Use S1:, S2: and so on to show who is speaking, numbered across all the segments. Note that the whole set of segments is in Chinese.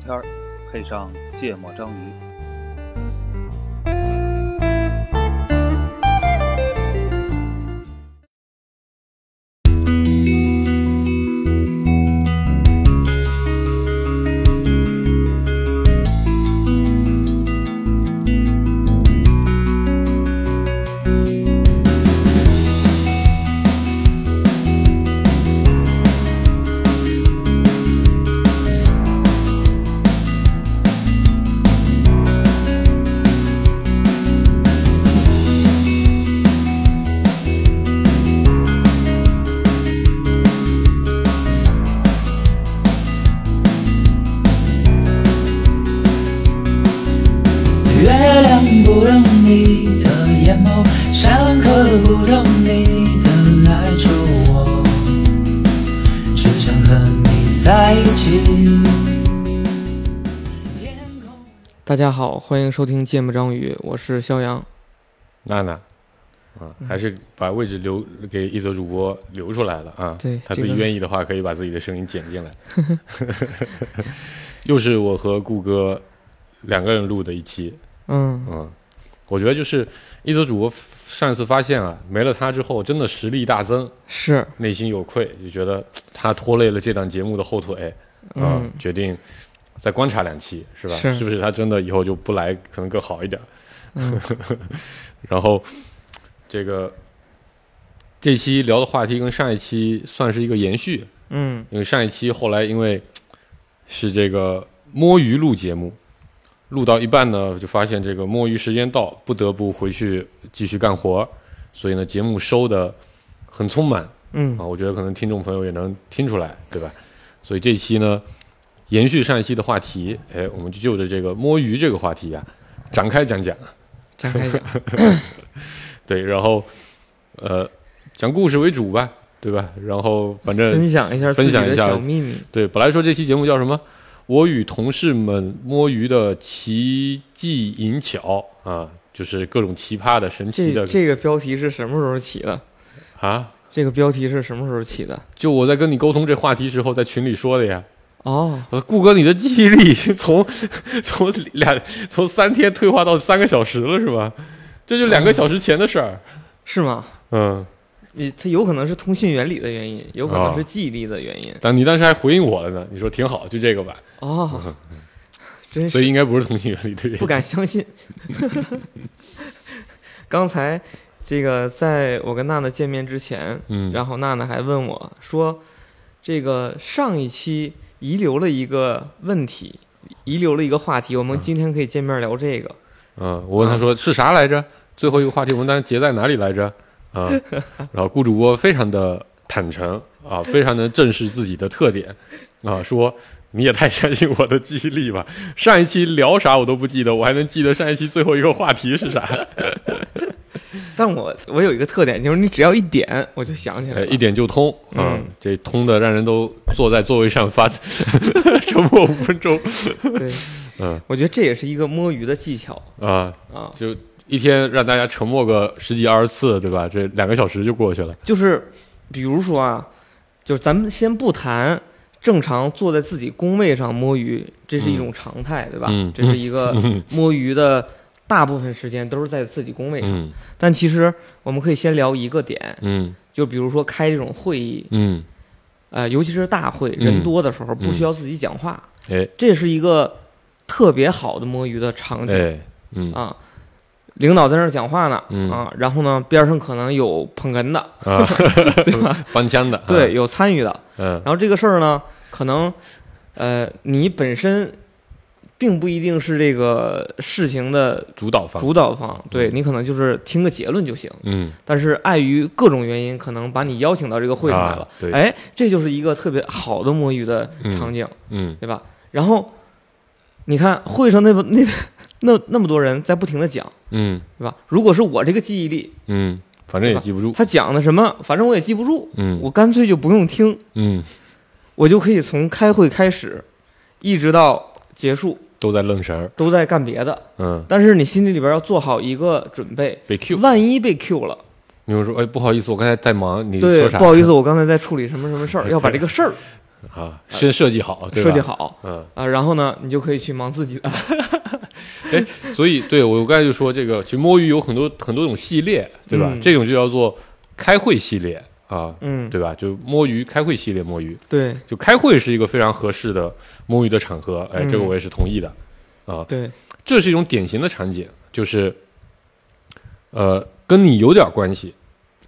S1: 天儿，配上芥末章鱼。
S2: 月亮不懂你的眼眸，山河不懂你的爱着我，只想和你在一起。天空
S3: 大家好，欢迎收听《芥末章鱼》，我是肖阳。
S4: 娜娜，啊，
S3: 嗯
S4: 还是把位置留给一则主播留出来了啊。
S3: 对
S4: 他
S3: 这
S4: 自己
S3: 个
S4: 愿意的话，可以把自己的声音剪进来。 又是我和顾哥两个人录的一期，
S3: 嗯，
S4: 嗯，我觉得就是一则主播上一次发现啊，没了他之后，真的实力大增，
S3: 是，
S4: 内心有愧，就觉得他拖累了这档节目的后腿，啊
S3: 嗯
S4: 决定再观察两期，是吧？
S3: 是
S4: 不是他真的以后就不来，可能更好一点？
S3: 嗯
S4: 然后这个这期聊的话题跟上一期算是一个延续，
S3: 嗯，
S4: 因为上一期后来因为是这个摸鱼录节目，录到一半呢，就发现这个摸鱼时间到，不得不回去继续干活，所以呢，节目收的很匆忙。啊，
S3: 嗯，
S4: 我觉得可能听众朋友也能听出来，对吧？所以这期呢，延续上一期的话题，哎，我们就就着这个摸鱼这个话题啊，展开讲讲。
S3: 展开讲，
S4: 对，然后呃，讲故事为主吧，对吧？然后反 正
S3: 分享一下自
S4: 分
S3: 己
S4: 享一
S3: 的
S4: 下
S3: 小秘密。
S4: 对，本来说这期节目叫什么？我与同事们摸鱼的奇技淫巧啊，就是各种奇葩的、神奇
S3: 这
S4: 的
S3: 这个标题是什么时候起的？
S4: 啊。
S3: 这个标题是什么时候起的？
S4: 就我在跟你沟通这话题时候，在群里说的呀。
S3: 哦，
S4: 我说顾哥，你的记忆力从 从两从三天退化到三个小时了，是吧？这就两个小时前的事儿。
S3: 是吗？
S4: 嗯，
S3: 你它有可能是通讯原理的原因，有可能
S4: 哦
S3: 是记忆力的原因。
S4: 但你当时还回应我了呢，你说挺好，就这个吧。
S3: 哦， 真
S4: 所以
S3: 是
S4: 应该不是通信原理对。
S3: 不敢相 信。刚才这个，在我跟娜娜见面之前，
S4: 嗯，
S3: 然后娜娜还问我说：“这个上一期遗留了一个问题，遗留了一个话题，我们今天可以见面聊这个。
S4: 嗯，我问他说是啥来着？最后一个话题我们当时结在哪里来着？啊、 然后顾主播非常的坦诚啊，非常的正视自己的特点啊，说你也太相信我的记忆力吧。上一期聊啥我都不记得，我还能记得上一期最后一个话题是啥？
S3: 但我我有一个特点，就是你只要一点，我就想起来
S4: 哎，
S3: 了。
S4: 一点就通，
S3: 嗯
S4: 这通的让人都坐在座位上发 沉默五分钟
S3: 对，
S4: 嗯，
S3: 我觉得这也是一个摸鱼的技巧
S4: 啊，
S3: 啊，
S4: 就一天让大家沉默个十几二十次，对吧？这两个小时就过去了。
S3: 就是比如说啊，就是咱们先不谈。”正常坐在自己工位上摸鱼，这是一种常态，对吧？
S4: 嗯
S3: 这是一 个
S4: 嗯
S3: 摸鱼的大部分时间都是在自己工位上。
S4: 嗯
S3: 但其实我们可以先聊一个点，
S4: 嗯
S3: 就比如说开这种会议，
S4: 嗯，
S3: 呃，尤其是大会
S4: 嗯
S3: 人多的时候，
S4: 嗯
S3: 不需要自己讲话，
S4: 哎
S3: 这是一个特别好的摸鱼的场景、
S4: 哎嗯
S3: 啊。领导在那儿讲话呢，
S4: 嗯
S3: 啊，然后呢，边上可能有捧哏 的，
S4: 啊，
S3: 对吧？
S4: 搬腔的，啊
S3: 对，，有参与的。
S4: 嗯
S3: 然后这个事儿呢，可能，呃，你本身并不一定是这个事情的
S4: 主导方，
S3: 主导方，对你可能就是听个结论就行。
S4: 嗯
S3: 但是碍于各种原因，可能把你邀请到这个会上来了
S4: 啊。对
S3: 哎，这就是一个特别好的摸鱼的场景，
S4: 嗯
S3: 对吧？然后你看会上那么那 那那么多人在不停的讲，
S4: 嗯
S3: 对吧？如果是我这个记忆力，
S4: 嗯，反正也记不住，
S3: 他讲的什么，反正我也记不住，
S4: 嗯
S3: 我干脆就不用听，
S4: 嗯，
S3: 我就可以从开会开始，一直到结束
S4: 都在愣神儿，
S3: 都在干别的。
S4: 嗯，
S3: 但是你心里里边要做好一个准备，
S4: 被 Q，
S3: 万一被 Q 了，
S4: 你就说，哎，不好意思，我刚才在忙，你
S3: 对
S4: 说，啥？
S3: 不好意思，我刚才在处理什么什么事儿，要把这个事儿
S4: 啊，先设计好，对吧
S3: 设计，好
S4: 嗯，
S3: 啊，然后呢，你就可以去忙自己的。
S4: 所以对我刚才就说这个，其实摸鱼有很多很多种系列，对吧？
S3: 嗯
S4: 这种就叫做开会系列啊，
S3: 嗯，
S4: 对吧？就摸鱼开会系列摸鱼，
S3: 对
S4: 就开会是一个非常合适的摸鱼的场合，哎，这个
S3: 嗯
S4: 我也是同意的啊。
S3: 对，
S4: 这是一种典型的场景，就是呃，跟你有点关系，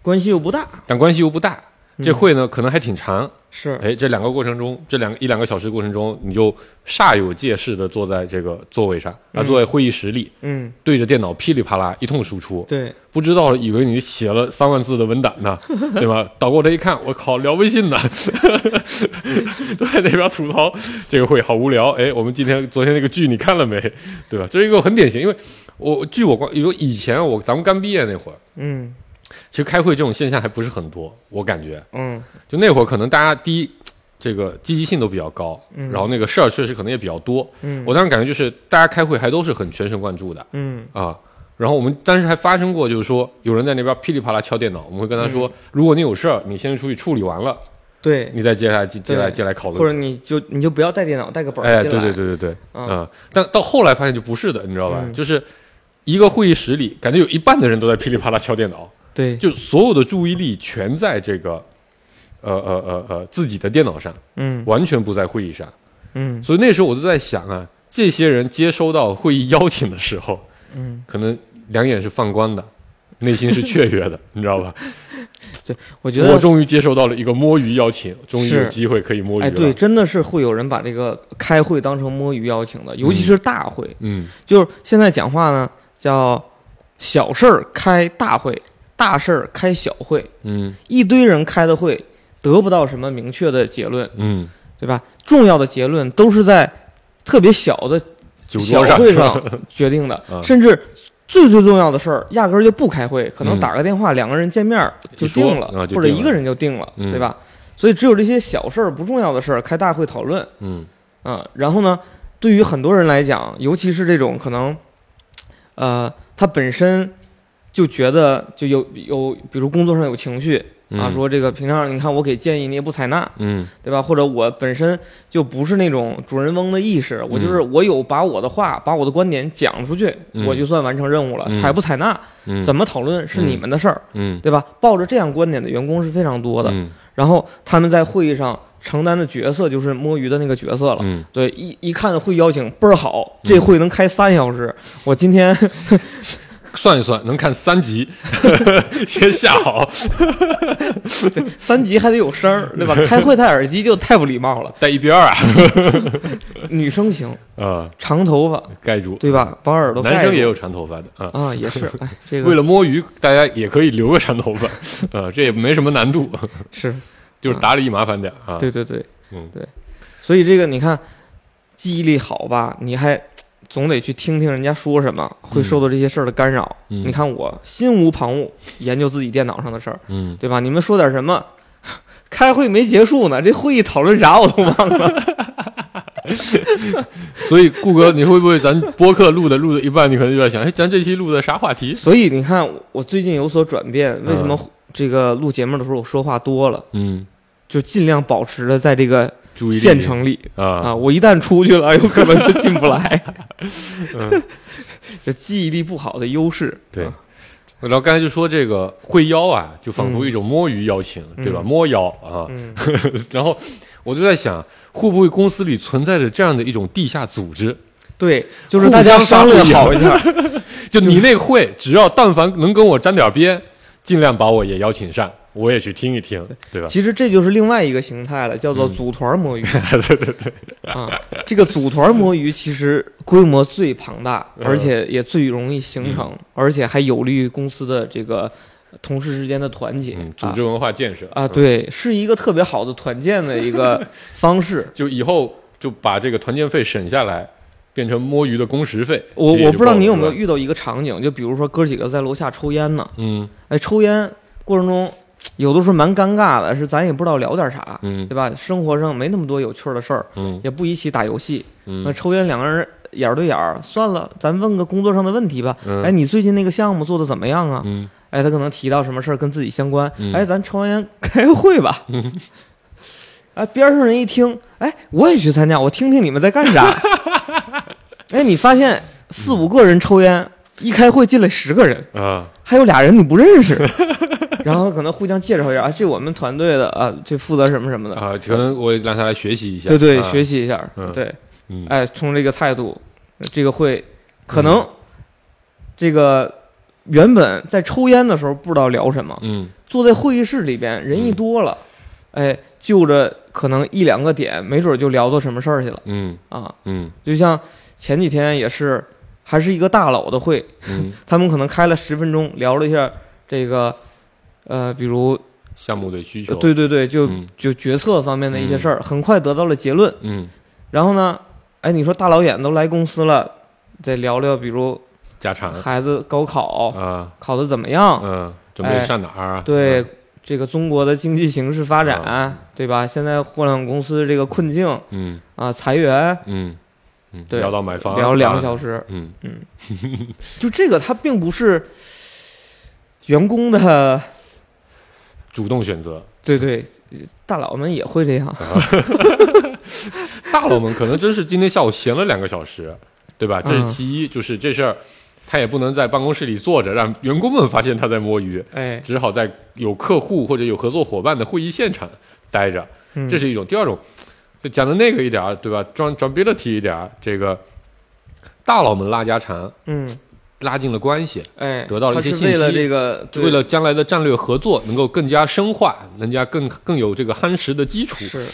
S3: 关系又不大，
S4: 但关系又不大。
S3: 嗯
S4: 这会呢，可能还挺长，
S3: 是
S4: 哎，这两个过程中，这两一两个小时过程中，你就煞有介事的坐在这个座位上啊，
S3: 嗯
S4: 坐在会议室里，
S3: 嗯，
S4: 对着电脑噼里啪啦一通输出，
S3: 对，
S4: 不知道以为你写了三万字的文档呢，对吧？倒过来一看，我靠，聊微信呢， 都在那边吐槽这个会好无聊。哎，我们今天昨天那个剧你看了没？对吧？这是一个很典型，因为我据我观，因为以前我咱们刚毕业那会儿，
S3: 嗯
S4: 其实开会这种现象还不是很多，我感觉
S3: 嗯
S4: 就那会儿可能大家第一。这个积极性都比较高，
S3: 嗯
S4: 然后那个事儿确实可能也比较多。
S3: 嗯，
S4: 我当时感觉就是大家开会还都是很全神贯注的，
S3: 嗯
S4: 啊。然后我们当时还发生过，就是说有人在那边噼里啪啦敲电脑，我们会跟他说，如果你有事儿，你先出去处理完了，
S3: 嗯对，
S4: 你再接下来接接下来
S3: 对
S4: 接下来讨论。
S3: 或者你就你就不要带电脑，带个本
S4: 哎，
S3: 儿
S4: 对
S3: 进来。
S4: 对对对对，
S3: 嗯
S4: 啊，但到后来发现就不是的，你知道吧？
S3: 嗯
S4: 就是一个会议室里，感觉有一半的人都在噼里啪啦敲电脑，
S3: 对
S4: 就所有的注意力全在这个。呃呃呃呃，自己的电脑上，
S3: 嗯
S4: 完全不在会议上，
S3: 嗯
S4: 所以那时候我就在想啊，这些人接收到会议邀请的时候，
S3: 嗯，
S4: 可能两眼是放光的，内心是雀 跃的，你知道吧？
S3: 我觉得
S4: 我终于接受到了一个摸鱼邀请，终于有
S3: 是
S4: 机会可以摸鱼了。
S3: 哎，对，真的是会有人把这个开会当成摸鱼邀请的，尤其是大会，
S4: 嗯，
S3: 就是现在讲话呢叫小事儿开大会，大事儿开小会，
S4: 嗯
S3: 一堆人开的会得不到什么明确的结论，
S4: 嗯
S3: 对吧？重要的结论都是在特别小的
S4: 酒
S3: 小
S4: 桌
S3: 会上决定的，
S4: 嗯
S3: 甚至最最重要的事儿压根儿就不开会，可能
S4: 嗯
S3: 打个电话，两个人见面儿就
S4: 一说
S3: 定了，
S4: 啊就
S3: 或者
S4: 定
S3: 一
S4: 了
S3: 个人就定了，
S4: 嗯
S3: 对吧？所以只有这些小事儿、不重要的事儿开大会讨论
S4: 嗯
S3: 啊、然后呢，对于很多人来讲，尤其是这种可能，呃，他本身就觉得就有有，比如工作上有情绪啊，
S4: 嗯
S3: 说这个平常你看我给建议你也不采纳，
S4: 嗯
S3: 对吧？或者我本身就不是那种主人翁的意
S4: 嗯
S3: 识，我就是我有把我的话、把我的观点讲出去，
S4: 嗯
S3: 我就算完成任务了。
S4: 嗯
S3: 采不采纳、
S4: 嗯，
S3: 怎
S4: 么
S3: 么讨论是你们的事儿，
S4: 嗯
S3: 对吧？抱着这样观点的员工是非常多的，
S4: 嗯
S3: 然后他们在会议上承担的角色就是摸鱼的那个角色了。
S4: 嗯，
S3: 对，一一看会邀请倍儿好，这会能开三小时。我今 天
S4: 算一算能看三集，先下好，
S3: 三级还得有声儿，对
S4: 嗯
S3: 吧？开会戴耳机就太不礼貌了。
S4: 带一边儿 啊，
S3: 女生行，
S4: 啊，
S3: 长头发，
S4: 盖住。
S3: 对吧？把耳朵盖
S4: 男生
S3: 住
S4: 也有长头发的啊。
S3: 啊，也是。哎，这个
S4: 为了摸鱼，大家也可以留个长头发，呃，这也没什么难度，
S3: 是
S4: 就是打理麻烦点啊。
S3: 对对对，
S4: 嗯
S3: 对，所以这个你看，记忆力好吧，你还总得去听听人家说什么，会受到这些事儿的干扰。
S4: 嗯
S3: 你看我心无旁骛研究自己电脑上的事儿，
S4: 嗯，
S3: 对吧？你们说点什么？开会没结束呢，这会议讨论啥我都忘了。
S4: 所以顾哥，你会不会咱播客录的录的一半，你可能就在想，哎，咱这期录的啥话题？
S3: 所以你看，我最近有所转变，为什么这个录节目的时候我说话多了，
S4: 嗯，
S3: 就尽量保持着在这个
S4: 注意力
S3: 县城里啊，
S4: 啊，
S3: 我一旦出去了，有可能就进不来。
S4: 嗯
S3: 这记忆力不好的优势，
S4: 对。然后刚才就说这个会邀啊，就仿佛一种摸鱼邀请，对吧？摸邀啊，
S3: 嗯
S4: 然后我就在想，会不会公司里存在着这样的一种地下组织？
S3: 对，就是大家
S4: 互相
S3: 商量
S4: 发
S3: 好
S4: 挥
S3: 一下，
S4: 就你那会，只要但凡能跟我沾点边，尽量把我也邀请上，我也去听一听，对 吧？
S3: 其实这就是另外一个形态了，叫做
S4: 嗯
S3: 组团摸 鱼
S4: 对对对，
S3: 啊。这个组团摸鱼其实规模最庞大，
S4: 嗯
S3: 而且也最容易形成，而且还有利于公司的这个同事之间的团结
S4: 嗯，组
S3: 啊
S4: 织文化建设
S3: 啊，，对，是一个特别好的团建的一 个方式。
S4: 就以后就把这个团建费省下来，变成摸鱼的工时费。
S3: 我
S4: 其实也
S3: 我
S4: 就
S3: 不知道你有
S4: 够
S3: 没
S4: 了
S3: 有，遇到一个场景，就比如说哥几个在楼下抽烟呢，
S4: 嗯
S3: 哎，抽烟过程中有的时候蛮尴尬的，是咱也不知道聊点啥，
S4: 嗯
S3: 对吧？生活上没那么多有趣儿的事儿，
S4: 嗯
S3: 也不一起打游戏。那
S4: 嗯
S3: 抽烟两个人眼儿对眼儿，算了，咱问个工作上的问题吧。
S4: 嗯
S3: 哎，你最近那个项目做的怎么样啊？
S4: 嗯，
S3: 哎，他可能提到什么事儿跟自己相关
S4: 嗯，
S3: 哎，咱抽完烟开个会吧。哎，边上人一听，哎，我也去参加，我听听你们在干 啥。哎，你发现四五个人抽烟，一开会进来十个人，
S4: 啊，
S3: 还有俩人你不认识，然后可能互相介绍一下，啊，这我们团队的啊，这负责什么什么的，
S4: 啊，可能我也让他来学习一下，
S3: 对对，
S4: 啊
S3: 学，习一下，
S4: 嗯
S3: 对，
S4: 嗯，
S3: 哎，从这个态度，这个会可能这个原本在抽烟的时候不知道聊什么，
S4: 嗯
S3: 坐在会议室里边人一
S4: 嗯
S3: 多了，哎，就着可能一两个点，没准就聊到什么事儿去了
S4: 嗯
S3: 啊。
S4: 嗯
S3: 就像前几天也是，还是一个大佬的会，
S4: 嗯，
S3: 他们可能开了十分钟，聊了一下这个，呃，比如
S4: 项目的需求，
S3: 呃，对对对，就
S4: 嗯
S3: 就决策方面的一些事儿，很快得到了结论。
S4: 嗯，
S3: 然后呢，哎，你说大老远都来公司了，再聊聊，比如
S4: 家常
S3: 孩子高考
S4: 啊，
S3: 考得怎么样？
S4: 嗯，准备
S3: 哎
S4: 上哪儿啊？
S3: 对
S4: 嗯，
S3: 这个中国的经济形势发展
S4: 啊，
S3: 对吧？现在互联网公司这个困境
S4: 嗯
S3: 啊，裁员，
S4: 嗯嗯，
S3: 对
S4: 聊到买房，
S3: 聊两个小
S4: 时，
S3: 时，
S4: 嗯
S3: 就这个它并不是员工的，
S4: 主动选择，
S3: 对对，大佬们也会这样，
S4: 啊大佬们可能真是今天下午闲了两个小时，对吧？这是
S3: 嗯
S4: 其一，就是这事儿他也不能在办公室里坐着，让员工们发现他在摸鱼，
S3: 哎，
S4: 只好在有客户或者有合作伙伴的会议现场待着，
S3: 嗯
S4: 这是一种。第二种，就讲的那个一点儿，对吧？John John Bility 一点儿，这个大佬们拉家常，
S3: 嗯，
S4: 拉近了关系，
S3: 哎，
S4: 得到了一些
S3: 他是
S4: 信息
S3: 为了这个，对
S4: 为了将来的战略合作能够更加深化，人家更更有这个夯实的基础。
S3: 是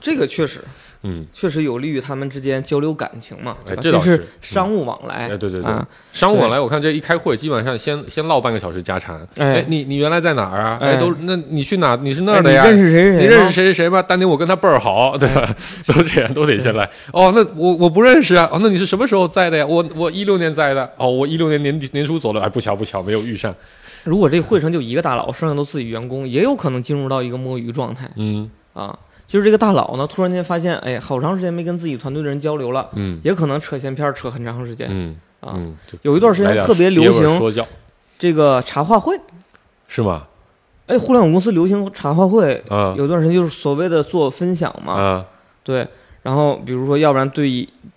S3: 这个确实
S4: 嗯，
S3: 确实有利于他们之间交流感情嘛，对
S4: 哎
S3: 吧？
S4: 这
S3: 就
S4: 倒是
S3: 是商务往来，
S4: 哎，对对对，
S3: 啊
S4: 商务往来，我看这一开会，基本上先先唠半个小时家常。
S3: 哎
S4: 哎，你你原来在哪儿啊？
S3: 哎
S4: 哎，都那你去哪？你是那
S3: 哎
S4: 儿的呀？
S3: 你认识谁谁
S4: 你
S3: 谁
S4: 认
S3: 吗哎
S4: 识谁谁谁吗？当年我跟他倍儿好，对吧？ 都这样，都得先来。哦，那我我不认识啊。哦，那你是什么时候在的呀？我我一六年在的。哦，我一六年年底年初走了。哎，不巧不巧，没有遇上。
S3: 如果这个会上就一个大佬，剩下都自己员工，也有可能进入到一个摸鱼状态
S4: 嗯
S3: 啊。就是这个大佬呢，突然间发现，哎，好长时间没跟自己团队的人交流了，
S4: 嗯
S3: 也可能扯闲篇儿扯很长时间。
S4: 嗯
S3: 啊
S4: 嗯，就
S3: 有一段时间
S4: 来点
S3: 特别流行
S4: 爷们儿说教
S3: 这个茶话会，
S4: 是吗？
S3: 哎，互联网公司流行茶话会，
S4: 啊
S3: 有段时间就是所谓的做分享嘛，
S4: 啊
S3: 对。然后比如说，要不然对，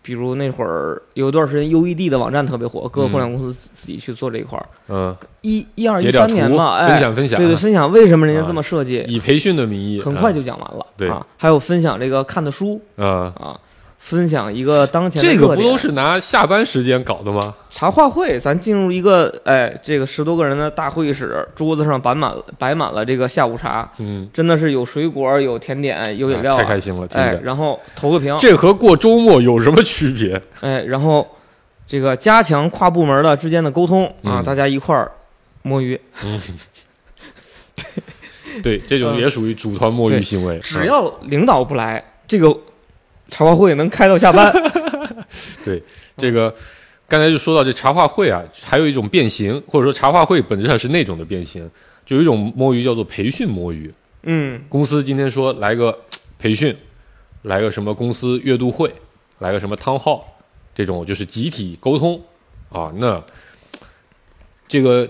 S3: 比如那会儿有一段时间 UED 的网站特别火，各个互联网公司自己去做这一块儿。
S4: 嗯，
S3: 一一二一
S4: 截点
S3: 三
S4: 图
S3: 年吧，哎，
S4: 分享分享
S3: 对对，
S4: 啊
S3: 分享为什么人家这么设计，
S4: 以培训的名义，啊
S3: 很快就讲完了。
S4: 对
S3: 啊，还有分享这个看的书
S4: 啊。
S3: 啊，分享一个当前的
S4: 这个
S3: 热
S4: 不
S3: 点
S4: 都是拿下班时间搞的吗？
S3: 茶话会？咱进入一个哎，这个十多个人的大会议室，桌子上摆满了摆满了这个下午茶，
S4: 嗯，
S3: 真的是有水果、有甜点、有饮料、
S4: 哎太开心了，听
S3: 哎，
S4: 着。
S3: 然后投个屏，
S4: 这和过周末有什么区 别？
S3: 哎，然后这个加强跨部门的之间的沟通啊，
S4: 嗯
S3: 大家一块儿摸鱼，
S4: 对，这种
S3: 嗯
S4: 也属于组团摸
S3: 对
S4: 鱼行为。
S3: 嗯
S4: 嗯
S3: 只要领导不来，这个茶话会能开到下 班。
S4: 这个刚才就说到这茶话会啊，还有一种变形，或者说茶话会本质上是那种的变形，就有一种摸鱼叫做培训摸鱼。
S3: 嗯，
S4: 公司今天说来个培训，来个什么公司阅读会，来个什么汤号，这种就是集体沟通啊。那这个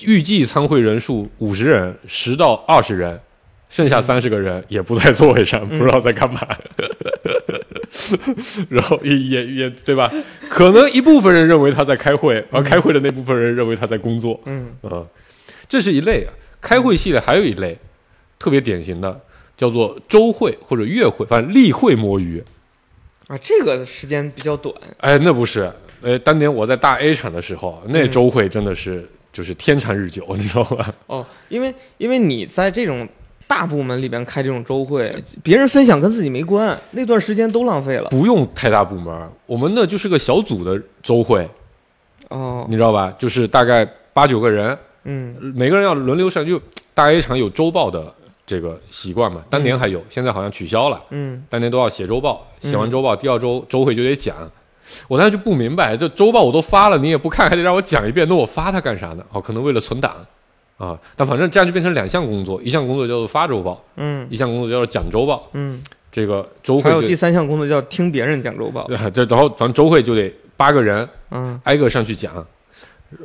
S4: 预计参会人数五十人，十到二十人，剩下三十个人也不在座位上，不知道在干嘛。 然后也也也对吧？可能一部分人认为他在开会，而开会的那部分人认为他在工作。
S3: 嗯
S4: 嗯，这是一类啊。开会系列还有一类特别典型的，叫做周会或者月会，反正例会摸鱼。
S3: 啊，这个时间比较短。
S4: 哎，那不是，呃，当年我在大 A 厂的时候，那周会真的是就是天长日久，你知道吧？
S3: 哦，因为因为你在这种大部门里边开这种周会，别人分享跟自己没关，那段时间都浪费了。
S4: 不用太大部门，我们那就是个小组的周会，
S3: 哦，
S4: 你知道吧？就是大概八九个人，
S3: 嗯
S4: 每个人要轮流上，就大 A 厂有周报的这个习惯嘛，当年还有，现在好像取消了。
S3: 嗯
S4: 当年都要写周报，写完周报第二周周会就得讲。我当时就不明白，这周报我都发了，你也不看，还得让我讲一遍，那我发它干啥呢？哦，可能为了存档啊。但反正这样就变成两项工作，一项工作叫做发周报，
S3: 嗯
S4: 一项工作叫做讲周报。
S3: 嗯，
S4: 这个周
S3: 还
S4: 会
S3: 有第
S4: 就
S3: 三项工作叫听别人讲周报。
S4: 啊这，然后咱周会就得八个人
S3: 嗯
S4: 挨个上去讲。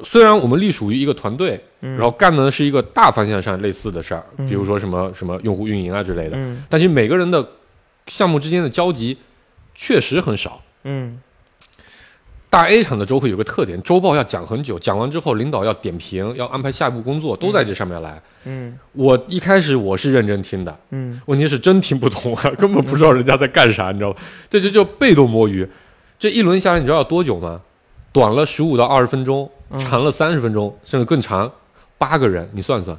S4: 虽然我们隶属于一个团队，
S3: 嗯
S4: 然后干的是一个大方向上类似的事儿，
S3: 嗯
S4: 比如说什么什么用户运营啊之类的，
S3: 嗯
S4: 但是每个人的项目之间的交集确实很少。
S3: 嗯
S4: 大 A 厂的周会有个特点，周报要讲很久，讲完之后领导要点评，要安排下一步工作，都在这上面来。
S3: 嗯
S4: 我一开始我是认真听的，
S3: 嗯
S4: 问题是真听不懂 啊，根本不知道人家在干啥，你知道吧？这就叫被动摸鱼。这一轮下来，你知道要多久吗？短了十五到二十分钟，
S3: 嗯
S4: 长了三十分钟，甚至更长。八个人，你算算，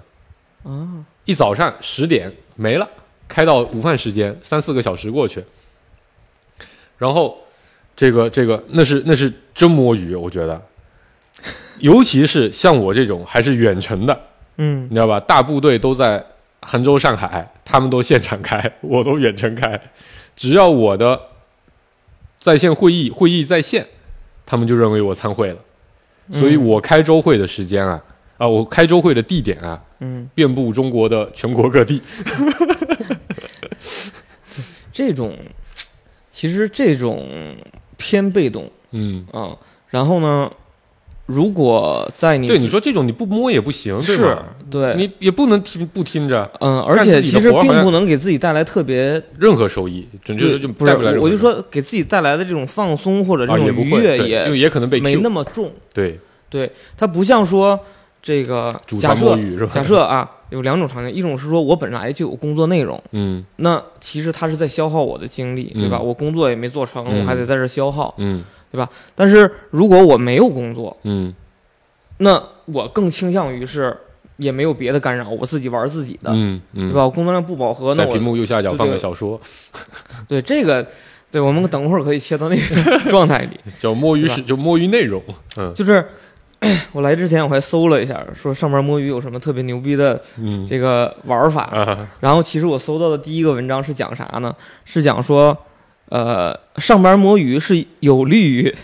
S3: 啊，
S4: 一早上十点没了，开到午饭时间，三四个小时过去。然后，这个这个那是那是真摸鱼，我觉得，尤其是像我这种还是远程的，
S3: 嗯
S4: 你知道吧？大部队都在杭州、上海，他们都现场开，我都远程开。只要我的在线会议会议在线，他们就认为我参会了。
S3: 嗯
S4: 所以我开周会的时间啊，啊，我开周会的地点啊，
S3: 嗯，
S4: 遍布中国的全国各地。
S3: 这种其实这种偏被动
S4: 嗯，
S3: 啊。然后呢，如果在你
S4: 对，你说这种你不摸也不行，对
S3: 是
S4: 吗？
S3: 对，
S4: 你也不能听不听着
S3: 嗯，而
S4: 干
S3: 且
S4: 自己
S3: 其
S4: 的
S3: 实
S4: 活儿好
S3: 并
S4: 像
S3: 不能给自己带来特别
S4: 任何收益，准确
S3: 对
S4: 的就
S3: 不
S4: 带
S3: 是
S4: 不来任，何
S3: 我就
S4: 收益
S3: 说给自己带来的这种放松或者这
S4: 啊，也
S3: 种
S4: 不
S3: 愉
S4: 会，
S3: 悦
S4: 对因为
S3: 也
S4: 也可能被
S3: 没
S4: Q，
S3: 那么重。
S4: 对，
S3: 对，它不像说这个
S4: 主
S3: 假
S4: 张摸
S3: 设
S4: 鱼是吧？
S3: 假设啊，有两种场景，一种是说我本来就有工作内容，
S4: 嗯
S3: 那其实它是在消耗我的精力，对吧？
S4: 嗯
S3: 我工作也没做成，我还得在这儿消耗。
S4: 嗯
S3: 但是如果我没有工作，
S4: 嗯
S3: 那我更倾向于是也没有别的干扰，我自己玩自己的，
S4: 嗯嗯，
S3: 对吧？我工作量不饱和，那
S4: 在
S3: 我
S4: 屏幕右下角
S3: 就
S4: 放
S3: 这
S4: 个
S3: 个
S4: 小说，
S3: 对这个，对我们等会儿可以切到那个 状态里。
S4: 叫摸鱼
S3: 对吧
S4: 是就摸鱼内容，嗯
S3: 就是 我来之前我还搜了一下，说上班摸鱼有什么特别牛逼的
S4: 嗯
S3: 这个玩法，
S4: 啊
S3: 然后其实我搜到的第一个文章是讲啥呢？是讲说，呃，上班摸鱼是有利于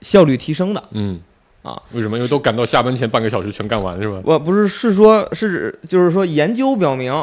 S3: 效率提升的。
S4: 嗯
S3: 啊，
S4: 为什么？因为都赶到下班前半个小时全干完是吧？
S3: 我不是是说，是就是说，研究表明，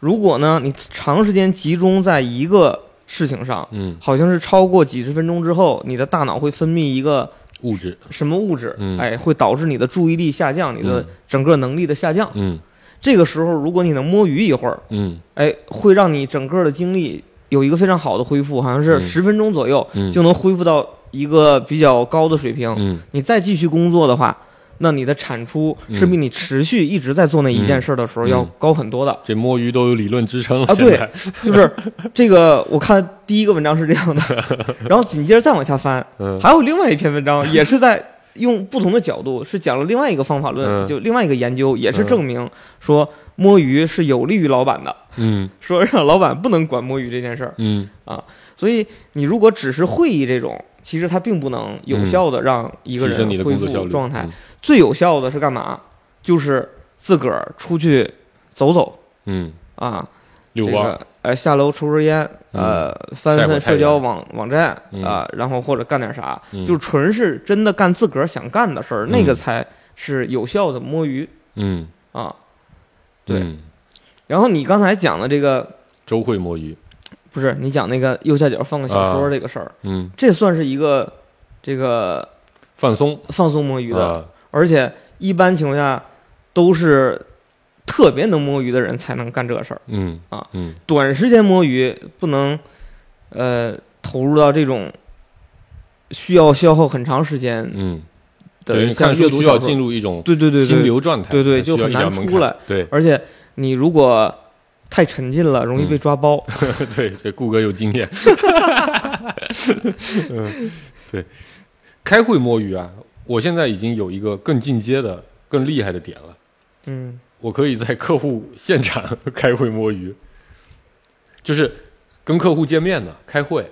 S3: 如果呢你长时间集中在一个事情上，
S4: 嗯，
S3: 好像是超过几十分钟之后，你的大脑会分泌一个
S4: 物质，
S3: 什么物质，
S4: 嗯
S3: 哎，会导致你的注意力下降，你的
S4: 嗯
S3: 整个能力的下降。
S4: 嗯
S3: 这个时候，如果你能摸鱼一会儿，
S4: 嗯
S3: 哎，会让你整个的精力有一个非常好的恢复，好像是
S4: 嗯
S3: 十分钟左右、
S4: 嗯
S3: 就能恢复到一个比较高的水平。
S4: 嗯
S3: 你再继续工作的话，那你的产出是比你持续一直在做那一件事儿的时候
S4: 嗯
S3: 要
S4: 嗯
S3: 高很多的。
S4: 这摸鱼都有理论支撑了
S3: 啊
S4: 现在
S3: 就是这个，我看第一个文章是这样的， 然后紧接着再往下翻，
S4: 嗯
S3: 还有另外一篇文章也是在。用不同的角度是讲了另外一个方法论，
S4: 嗯
S3: 就另外一个研究，也是
S4: 嗯
S3: 证明说摸鱼是有利于老板的，
S4: 嗯
S3: 说让老板不能管摸鱼这件事儿。
S4: 嗯
S3: 所以你如果只是会议这种，其实它并不能有效的让一个
S4: 嗯提升
S3: 人
S4: 你的
S3: 恢
S4: 工作效
S3: 复
S4: 率
S3: 状态。，最有效的是干嘛？就是自个儿出去走走
S4: 嗯，嗯
S3: 啊，
S4: 遛
S3: 这
S4: 弯
S3: 个
S4: 儿，嗯
S3: 呃下楼抽抽烟，呃翻
S4: 晒会
S3: 翻
S4: 儿太
S3: 社交网网站啊、
S4: 嗯
S3: 然后或者干点啥，
S4: 嗯
S3: 就纯是真的干自个儿想干的事儿，
S4: 嗯
S3: 那个才是有效的摸鱼
S4: 嗯，
S3: 啊。对
S4: 嗯，
S3: 然后你刚才讲的这个。
S4: 周会摸鱼，
S3: 不是你讲那个右下角放个小说
S4: 啊
S3: 这个事儿，
S4: 嗯，
S3: 这算是一个这个
S4: 放松
S3: 放松摸鱼的，
S4: 啊，
S3: 而且一般情况下都是特别能摸鱼的人才能干这事儿。
S4: 嗯
S3: 啊
S4: 嗯
S3: 短时间摸鱼不能，呃，投入到这种需要消耗很长时间
S4: 嗯，对，
S3: 的，
S4: 你看
S3: 像
S4: 书
S3: 阅读
S4: 需
S3: 小
S4: 要
S3: 说
S4: 进入一种
S3: 对对对
S4: 心
S3: 对，
S4: 流状态，
S3: 对对
S4: 需要
S3: 就很
S4: 一点
S3: 难
S4: 门
S3: 出
S4: 槛
S3: 来
S4: 对
S3: 而且你如果太沉浸了，容易
S4: 嗯
S3: 被抓包。
S4: 对，这顾哥有 经验，嗯，对，开会摸鱼啊，我现在已经有一个更进阶的、更厉害的点了，
S3: 嗯
S4: 我可以在客户现场 开会摸鱼，就是跟客户见面呢，开会。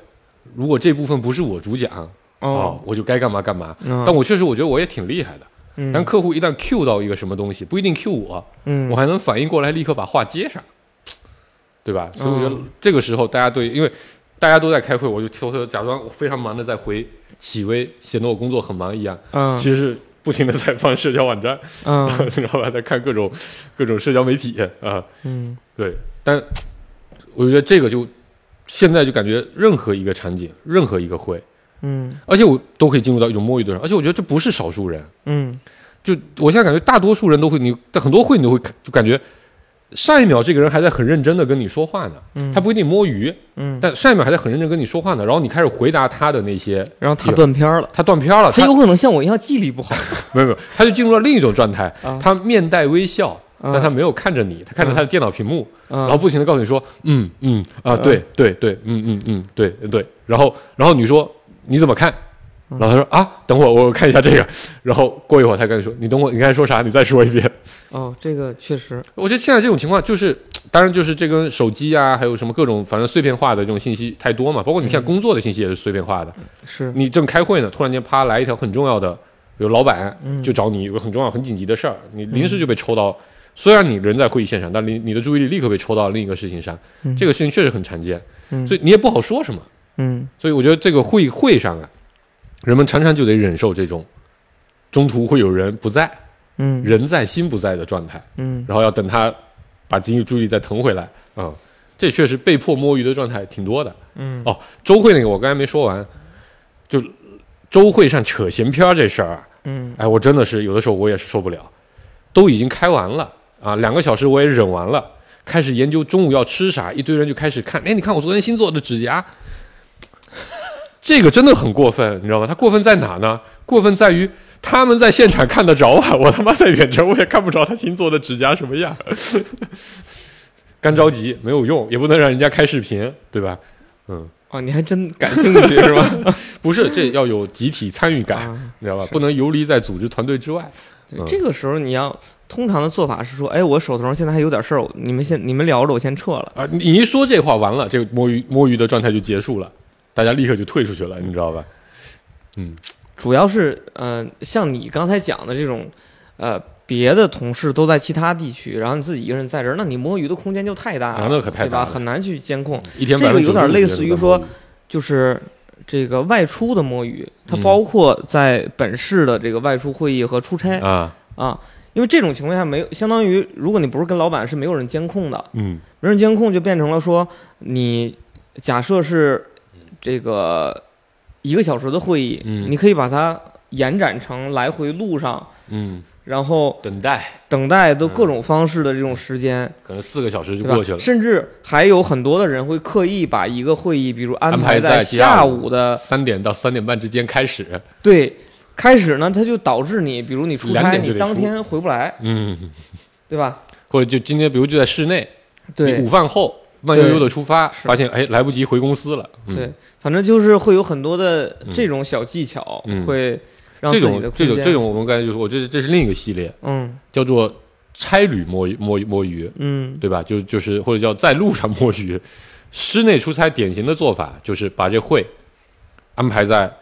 S4: 如果这部分不是我主讲啊、
S3: 哦，
S4: 我就该干嘛干嘛。
S3: 嗯
S4: 但我确实我觉得我也挺厉害的。
S3: 嗯
S4: 但客户一旦 Q 到一个什么东西，不一定 Q 我，
S3: 嗯
S4: 我还能反应过来，立刻把话接上，对吧？所以我觉得
S3: 嗯
S4: 这个时候大家对，因为大家都在开会，我就偷偷地假装我非常忙的在回企微，显得我工作很忙一样，
S3: 嗯
S4: 其实是不停的在放社交网站，
S3: 嗯
S4: 然后还在看各种各种社交媒体啊、
S3: 嗯
S4: 对。但我觉得这个就现在就感觉任何一个场景，任何一个会，
S3: 嗯
S4: 而且我都可以进入到一种摸鱼的状态，而且我觉得这不是少数人。
S3: 嗯
S4: 就我现在感觉大多数人都会，你很多会你都会就感觉上一秒这个人还在很认真的跟你说话呢，
S3: 嗯
S4: 他不一定摸鱼，
S3: 嗯，
S4: 但上一秒还在很认真跟你说话呢，然后你开始回答他的那些，
S3: 然后他断片儿了，
S4: 他断片了，
S3: 他
S4: 他
S3: 有可能像我一样记忆力不好，
S4: 没有没有，他就进入了另一种状态
S3: 啊，
S4: 他面带微笑，
S3: 啊
S4: 但他没有看着你，他看着他的电脑屏幕，
S3: 嗯
S4: 然后不停的告诉你说，嗯嗯啊，对对对，嗯嗯嗯，对对，然后然后你说你怎么看？
S3: 嗯
S4: 然后他说啊，等会儿我看一下这个，然后过一会儿他跟你说，你等我，你刚才说啥？你再说一遍。
S3: 哦，这个确实，
S4: 我觉得现在这种情况就是，当然就是这跟手机啊，还有什么各种反正碎片化的这种信息太多嘛，包括你现在工作的信息也是碎片化的。
S3: 嗯是，
S4: 你正开会呢，突然间啪来一条很重要的，比如老板
S3: 嗯
S4: 就找你有个很重要、很紧急的事儿，你临时就被抽到。虽然你人在会议现场，但你你的注意力立刻被抽到另一个事情上，
S3: 嗯
S4: 这个事情确实很常见，
S3: 嗯
S4: 所以你也不好说什么。
S3: 嗯，
S4: 所以我觉得这个会会上啊，人们常常就得忍受这种中途会有人不在，
S3: 嗯，
S4: 人哦在心不在的状态。
S3: 嗯，
S4: 然后要等他把精力注意力再腾回来。嗯，这确实被迫摸鱼的状态挺多的。
S3: 嗯，
S4: 哦，周慧那个我刚才没说完，就周慧上扯闲篇儿这事儿啊，
S3: 嗯，
S4: 哎，我真的是有的时候我也是受不了，都已经开完了啊，两个小时我也忍完了，开始研究中午要吃啥，一堆人就开始看，哎，你看我昨天新做的指甲。这个真的很过分，你知道吗？他过分在哪呢？过分在于他们在现场看得着啊，我他妈在远程我也看不着他新做的指甲什么样，干着急没有用，也不能让人家开视频，对吧？嗯，
S3: 哦，你还真感兴趣是吧？
S4: 不是，这要有集体参与感，
S3: 啊，
S4: 你知道吧？不能游离在组织团队之外。
S3: 对
S4: 嗯
S3: 这个时候你要通常的做法是说，哎，我手头上现在还有点事儿，我你们先你们聊着，我先撤了。
S4: 啊，你一说这话完了，这个摸鱼摸鱼的状态就结束了，大家立刻就退出去了，你知道吧？嗯
S3: 主要是呃，像你刚才讲的这种，呃，别的同事都在其他地区，然后你自己一个人在这儿，那你摸鱼的空间就太大
S4: 啊
S3: 了，
S4: 那可太
S3: 对
S4: 大
S3: 吧？
S4: 了
S3: 很难去监控，
S4: 一天
S3: 这个
S4: 90%
S3: 有点
S4: 的
S3: 类
S4: 人
S3: 似
S4: 都
S3: 于
S4: 在
S3: 说
S4: 摸鱼
S3: 就是。这个外出的摸鱼，它
S4: 嗯
S3: 包括在本市的这个外出会议和出差、
S4: 啊，
S3: 啊，因为这种情况下没有，相当于如果你不是跟老板是没有人监控的，
S4: 嗯
S3: 没人监控就变成了说，你假设是这个一个小时的会议，
S4: 嗯
S3: 你可以把它延展成来回路上，
S4: 嗯，
S3: 然后
S4: 等待
S3: 等待的各种方式的这种时间，
S4: 可能四个小时嗯就
S3: 对吧
S4: 过去了，
S3: 甚至还有很多的人会刻意把一个会议，比如安
S4: 安排在
S3: 在
S4: 下
S3: 下
S4: 午
S3: 午的
S4: 三点到三点半之间开始，
S3: 对开始呢，它就导致你，比如你出
S4: 两
S3: 差，
S4: 点就得
S3: 你当
S4: 出
S3: 天回不来，
S4: 嗯，
S3: 对吧？
S4: 或者就今天比如就在室内，
S3: 对，
S4: 你午饭后慢悠悠的出发，
S3: 是
S4: 发现哎来不及回公司了，嗯、
S3: 对，，反正就是会有很多的这种小技巧，
S4: 嗯
S3: 会让
S4: 这
S3: 自己
S4: 种
S3: 的空
S4: 这
S3: 间
S4: 种这种我们刚才就说，我这这是另一个系列，
S3: 嗯
S4: 叫做差旅摸鱼摸鱼摸鱼，
S3: 嗯
S4: 对吧？就就是或者叫在路上摸鱼，室内出差典型的做法就是把这会安排在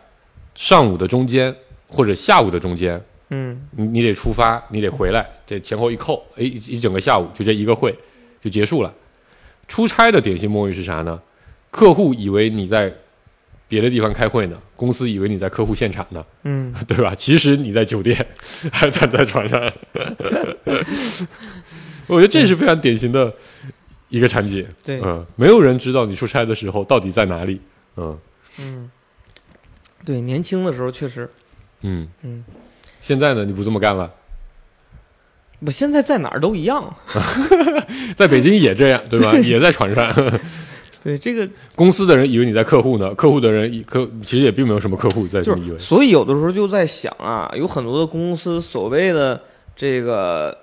S4: 上午的中间或者下午的中间，
S3: 嗯
S4: 你你得出发，你得回来，这前后一扣，哎，一一整个下午就这一个会就结束了。出差的典型摸鱼是啥呢？客户以为你在别的地方开会呢，公司以为你在客户现场呢，
S3: 嗯，
S4: 对吧？其实你在酒店，还躺在床上。 我觉得这是非常典型的一个场景。
S3: 对，
S4: 嗯，没有人知道你出差的时候到底在哪里。嗯
S3: 嗯对，年轻的时候确实，
S4: 嗯
S3: 嗯。
S4: 现在呢，你不这么干了，
S3: 我现在在哪儿都一样。
S4: 在北京也这样，对吧？也在床上。
S3: 对，这个
S4: 公司的人以为你在客户呢，客户的人以客其实也并没有什么客户在
S3: 就
S4: 以为
S3: 是，。所以有的时候就在想啊，有很多的公司所谓的这个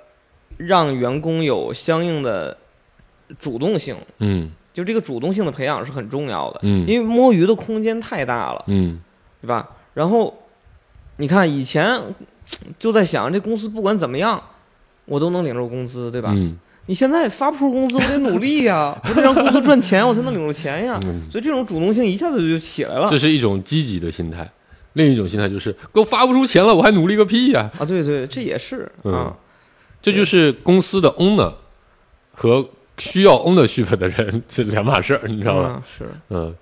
S3: 让员工有相应的主动性，
S4: 嗯
S3: 就这个主动性的培养是很重要的，
S4: 嗯
S3: 因为摸鱼的空间太大了。
S4: 嗯
S3: 对吧？然后你看以前就在想，这公司不管怎么样，我都能领着工资，对吧？
S4: 嗯
S3: 你现在发不出工资，我得努力呀、 我得让公司赚钱，我才能领着钱呀。
S4: 嗯，
S3: 所以这种主动性一下子就起来了
S4: 这是一种积极的心态。另一种心态就是，给我发不出钱了，我还努力个屁呀、
S3: 啊！对对，这也是
S4: 嗯
S3: 啊，
S4: 这就是公司的 owner 和需要 ownership 的人是两码事儿，你知道
S3: 嗯
S4: 吧？
S3: 是
S4: 嗯，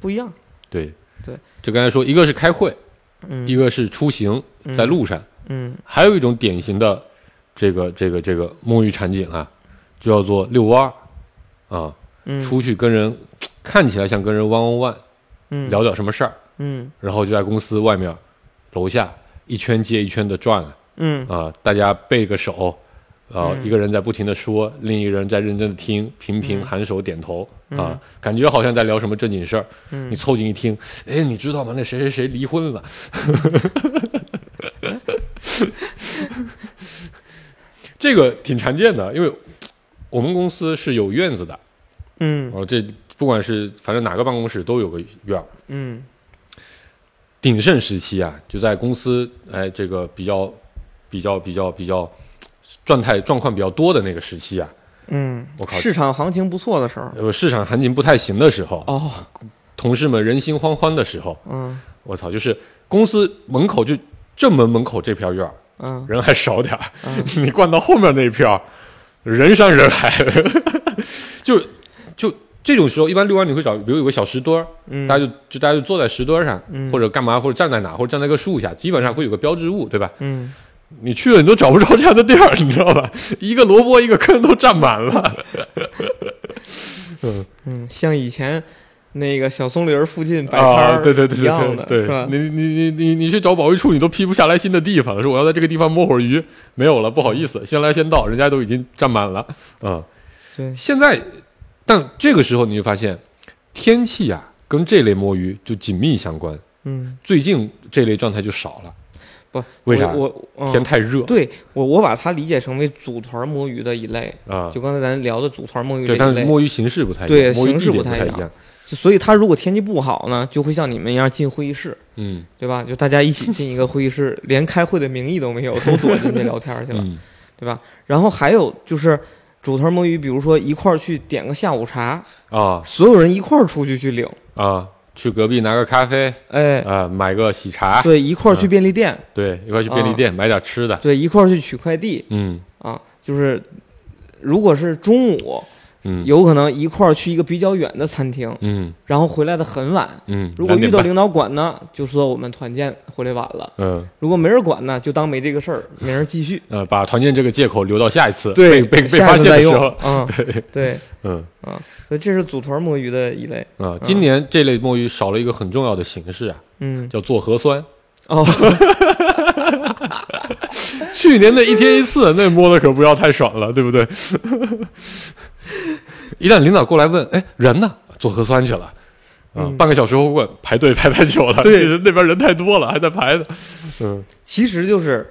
S3: 不一样。
S4: 对
S3: 对，
S4: 就刚才说，一个是开会，
S3: 嗯，
S4: 一个是出行
S3: 嗯
S4: 在路上，
S3: 嗯
S4: 还有一种典型的这个这个这个摸鱼场景啊，就叫做遛弯儿啊，
S3: 嗯
S4: 出去跟人看起来像跟人 one on one
S3: 嗯
S4: 聊点什么事儿，
S3: 嗯
S4: 然后就在公司外面楼下一圈接一圈的转
S3: 嗯
S4: 啊、大家背个手，啊、
S3: 嗯
S4: 一个人在不停的说，另一个人在认真的听，频频颔首点头啊、感觉好像在聊什么正经事儿。
S3: 嗯
S4: 你凑近一听，哎，你知道吗？那谁谁谁离婚了。 这个挺常见的，因为我们公司是有院子的，
S3: 嗯
S4: 哦，这不管是反正哪个办公室都有个院儿。
S3: 嗯
S4: 鼎盛时期啊，就在公司哎这个比较比较比较比较状态状况比较多的那个时期啊，
S3: 嗯，
S4: 我靠
S3: 市场行情不错的时候。
S4: 呃，市场行情不太行的时候，
S3: 哦，
S4: 同事们人心惶惶的时候，
S3: 嗯
S4: 我操，就是公司门口就正门门口这片院儿
S3: 嗯
S4: 人还少点儿， 你灌到后面那一片儿人山人海， 就就这种时候，一般遛弯你会找，比如有个小石墩儿，
S3: 嗯，
S4: 大家就就大家就坐在石墩儿上，
S3: 嗯
S4: 或者干嘛，或者站在哪，或者站在个树下，基本上会有个标志物，对吧？
S3: 嗯
S4: 你去了你都找不着这样的地儿，你知道吧？ 一个萝卜一个坑都占满了。
S3: 嗯，像以前那个小松林儿附近摆摊
S4: 啊，
S3: 儿
S4: 对对对
S3: 一样的，
S4: 对对
S3: 是
S4: 对
S3: 吧，
S4: 你？你你你你去找保卫处，你都批不下来新的地方，说我要在这个地方摸会儿鱼，没有了，不好意
S3: 嗯
S4: 思，先来先到，人家都已经占满了，嗯，
S3: 对
S4: 现在，但这个时候你就发现，天气啊跟这类摸鱼就紧密相关，
S3: 嗯，
S4: 最近这类状态就少了，
S3: 不，
S4: 为啥？
S3: 我我嗯
S4: 天太热
S3: 对我我把它理解成为组团摸鱼的一类，
S4: 啊，
S3: 就刚才咱聊的组团摸鱼这
S4: 对，
S3: 一
S4: 但是
S3: 类，
S4: 摸鱼形式不太一
S3: 对
S4: 样，摸鱼
S3: 形式
S4: 地点
S3: 不太
S4: 太
S3: 一
S4: 一
S3: 样
S4: 样，
S3: 就所以他如果天气不好呢，就会像你们一样进会议室，
S4: 嗯
S3: 对吧？就大家一起进一个会议室，连开会的名义都没有，都躲进去聊天去了，
S4: 嗯
S3: 对吧？然后还有就是组团摸鱼，比如说一块儿去点个下午茶，
S4: 啊
S3: 所有人一块儿出去去领，
S4: 啊，去隔壁拿个咖啡
S3: 哎，
S4: 啊，嗯买个喜茶，
S3: 对，嗯一块儿去便利店，
S4: 对，一块去便利店买点吃的，
S3: 对，一块儿去取快递
S4: 嗯
S3: 啊，就是如果是中午，
S4: 嗯。
S3: 有可能一块儿去一个比较远的餐厅，
S4: 嗯
S3: 然后回来的很晚。
S4: 嗯，
S3: 如果遇
S4: 两点
S3: 到
S4: 半
S3: 领导管呢，就说我们团建回来晚了；
S4: 嗯。
S3: 如果没人管呢，就当没这个事儿，没人继续
S4: 呃，把团建这个借口留到下一次
S3: 对，
S4: 被被被
S3: 下
S4: 发
S3: 次
S4: 现
S3: 再
S4: 的
S3: 用
S4: 时候，。
S3: 嗯，对，
S4: 嗯
S3: 所以这是组团摸鱼的一类。
S4: 啊，今年这类摸鱼少了一个很重要的形式啊，
S3: 嗯，
S4: 叫做核酸。
S3: 哦，
S4: 去年的一天 一次，那摸的可不要太爽了，对不 对？一旦领导过来问，哎，人呢？做核酸去了。啊、
S3: 嗯
S4: 半个小时后问排队排太久了，
S3: 对
S4: 其实 那边人太多了，还在排呢。嗯，
S3: 其实就是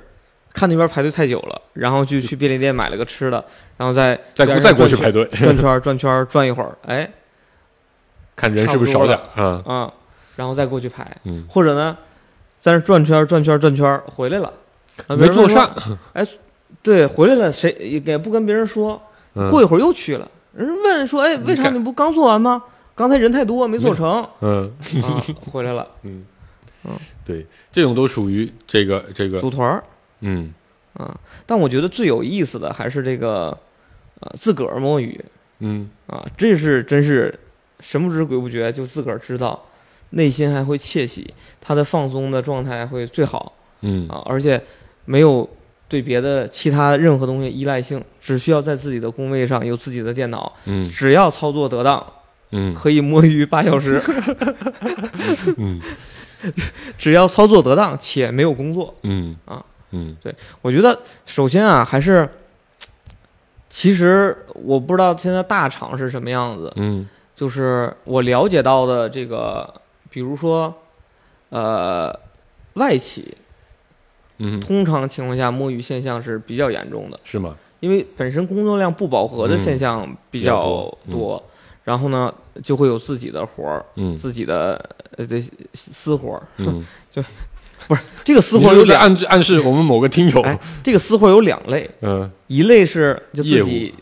S3: 看那边排队太久了，然后就去便利店买了个吃的，然后再
S4: 再
S3: 边上
S4: 再过去
S3: 转
S4: 排
S3: 圈
S4: 队，
S3: 转圈儿转圈儿转一会儿，哎
S4: 看人是不是
S3: 差不
S4: 少
S3: 多
S4: 点
S3: 了
S4: 儿啊？
S3: 啊、然后再过去排，
S4: 嗯，
S3: 或者呢，在那儿转圈儿转圈儿转圈儿回来了，然后别
S4: 没
S3: 人
S4: 坐
S3: 说哎
S4: 上，，
S3: 对，回来了，谁也也不跟别人说，
S4: 嗯
S3: 过一会儿又去了，人家问说，哎，为啥
S4: 看
S3: 你不刚做完吗？刚才人太多没做成，
S4: 嗯，
S3: 啊，回来了，
S4: 嗯
S3: 嗯，
S4: 对，这种都属于这个这个，
S3: 组团儿
S4: 嗯
S3: 啊。但我觉得最有意思的还是这个，呃，自个儿摸鱼
S4: 嗯
S3: 啊，这是真是神不知鬼不觉就自个儿知道，内心还会窃喜，他的放松的状态会最好
S4: 嗯
S3: 啊，而且没有。对别的其他任何东西依赖性，只需要在自己的工位上有自己的电脑，
S4: 嗯
S3: 只要操作得当，
S4: 嗯
S3: 可以摸鱼八小时，
S4: 嗯
S3: 只要操作得当且没有工作。
S4: 嗯
S3: 啊
S4: 嗯
S3: 我觉得首先啊，还是其实我不知道现在大厂是什么样子，
S4: 嗯
S3: 就是我了解到的这个，比如说呃外企，
S4: 嗯，
S3: 通常情况下摸鱼现象是比较严重的，
S4: 是吗？
S3: 因为本身工作量不饱和的现象比较多，
S4: 比较嗯多
S3: 然后呢就会有自己的活儿。
S4: 嗯
S3: 自己的呃这私活儿，
S4: 嗯，
S3: 这个私
S4: 你
S3: 活儿
S4: 是
S3: 有
S4: 在
S3: 两，
S4: 暗指暗示我们某个听友，
S3: 哎这个私活儿有两类，
S4: 嗯
S3: 一类是就自
S4: 业
S3: 己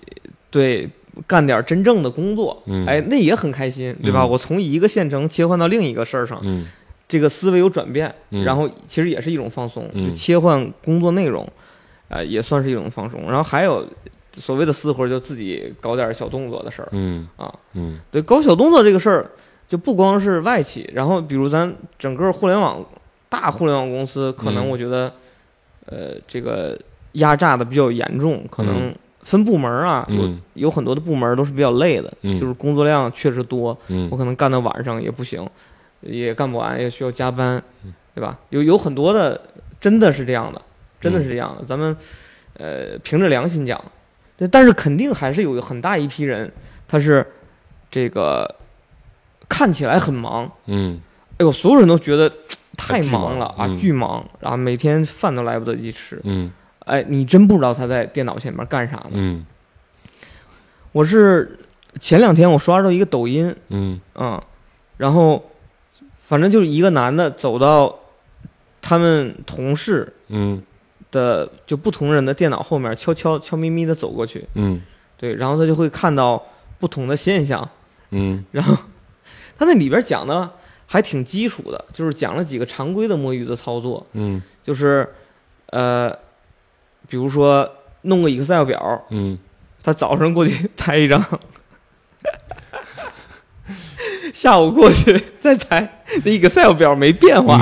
S3: 对干点真正的工作，
S4: 嗯
S3: 哎，那也很开心，对吧？
S4: 嗯
S3: 我从一个县城切换到另一个事儿上，
S4: 嗯
S3: 这个思维有转变，
S4: 嗯
S3: 然后其实也是一种放松，
S4: 嗯
S3: 就切换工作内容，啊、也算是一种放松。然后还有所谓的私活，就自己搞点小动作的事儿
S4: 嗯
S3: 啊。
S4: 嗯
S3: 对，搞小动作这个事儿，就不光是外企，然后比如咱整个互联网大互联网公司，可能
S4: 嗯
S3: 我觉得，呃，这个压榨的比较严重，可能分部门啊，
S4: 嗯
S3: 有有很多的部门都是比较累的，
S4: 嗯
S3: 就是工作量确实多，
S4: 嗯
S3: 我可能干
S4: 嗯
S3: 到晚上也不行，也干不完，也需要加班，对吧？有有很多的真的是这样的，真的是这样
S4: 嗯
S3: 的。咱们呃，凭着良心讲，对但是肯定还是有很大一批人，他是这个看起来很忙，
S4: 嗯
S3: 哎呦，所有人都觉得太
S4: 巨忙
S3: 忙了啊，
S4: 嗯
S3: 巨忙，然后每天饭都来不得及吃。
S4: 嗯
S3: 哎，你真不知道他在电脑前面干啥呢。
S4: 嗯
S3: 我是前两天我刷到一个抖音，
S4: 嗯
S3: 嗯，然后反正就是一个男的走到他们同事
S4: 嗯
S3: 的就不同人的电脑后面，悄悄悄咪咪的走过去，
S4: 嗯
S3: 对，然后他就会看到不同的现象。
S4: 嗯
S3: 然后他那里边讲的还挺基础的，就是讲了几个常规的摸鱼的操作，
S4: 嗯
S3: 就是呃，比如说弄个 Excel 表，
S4: 嗯，
S3: 他早上过去拍一张， 下午过去再拍，那 Excel 表没变化。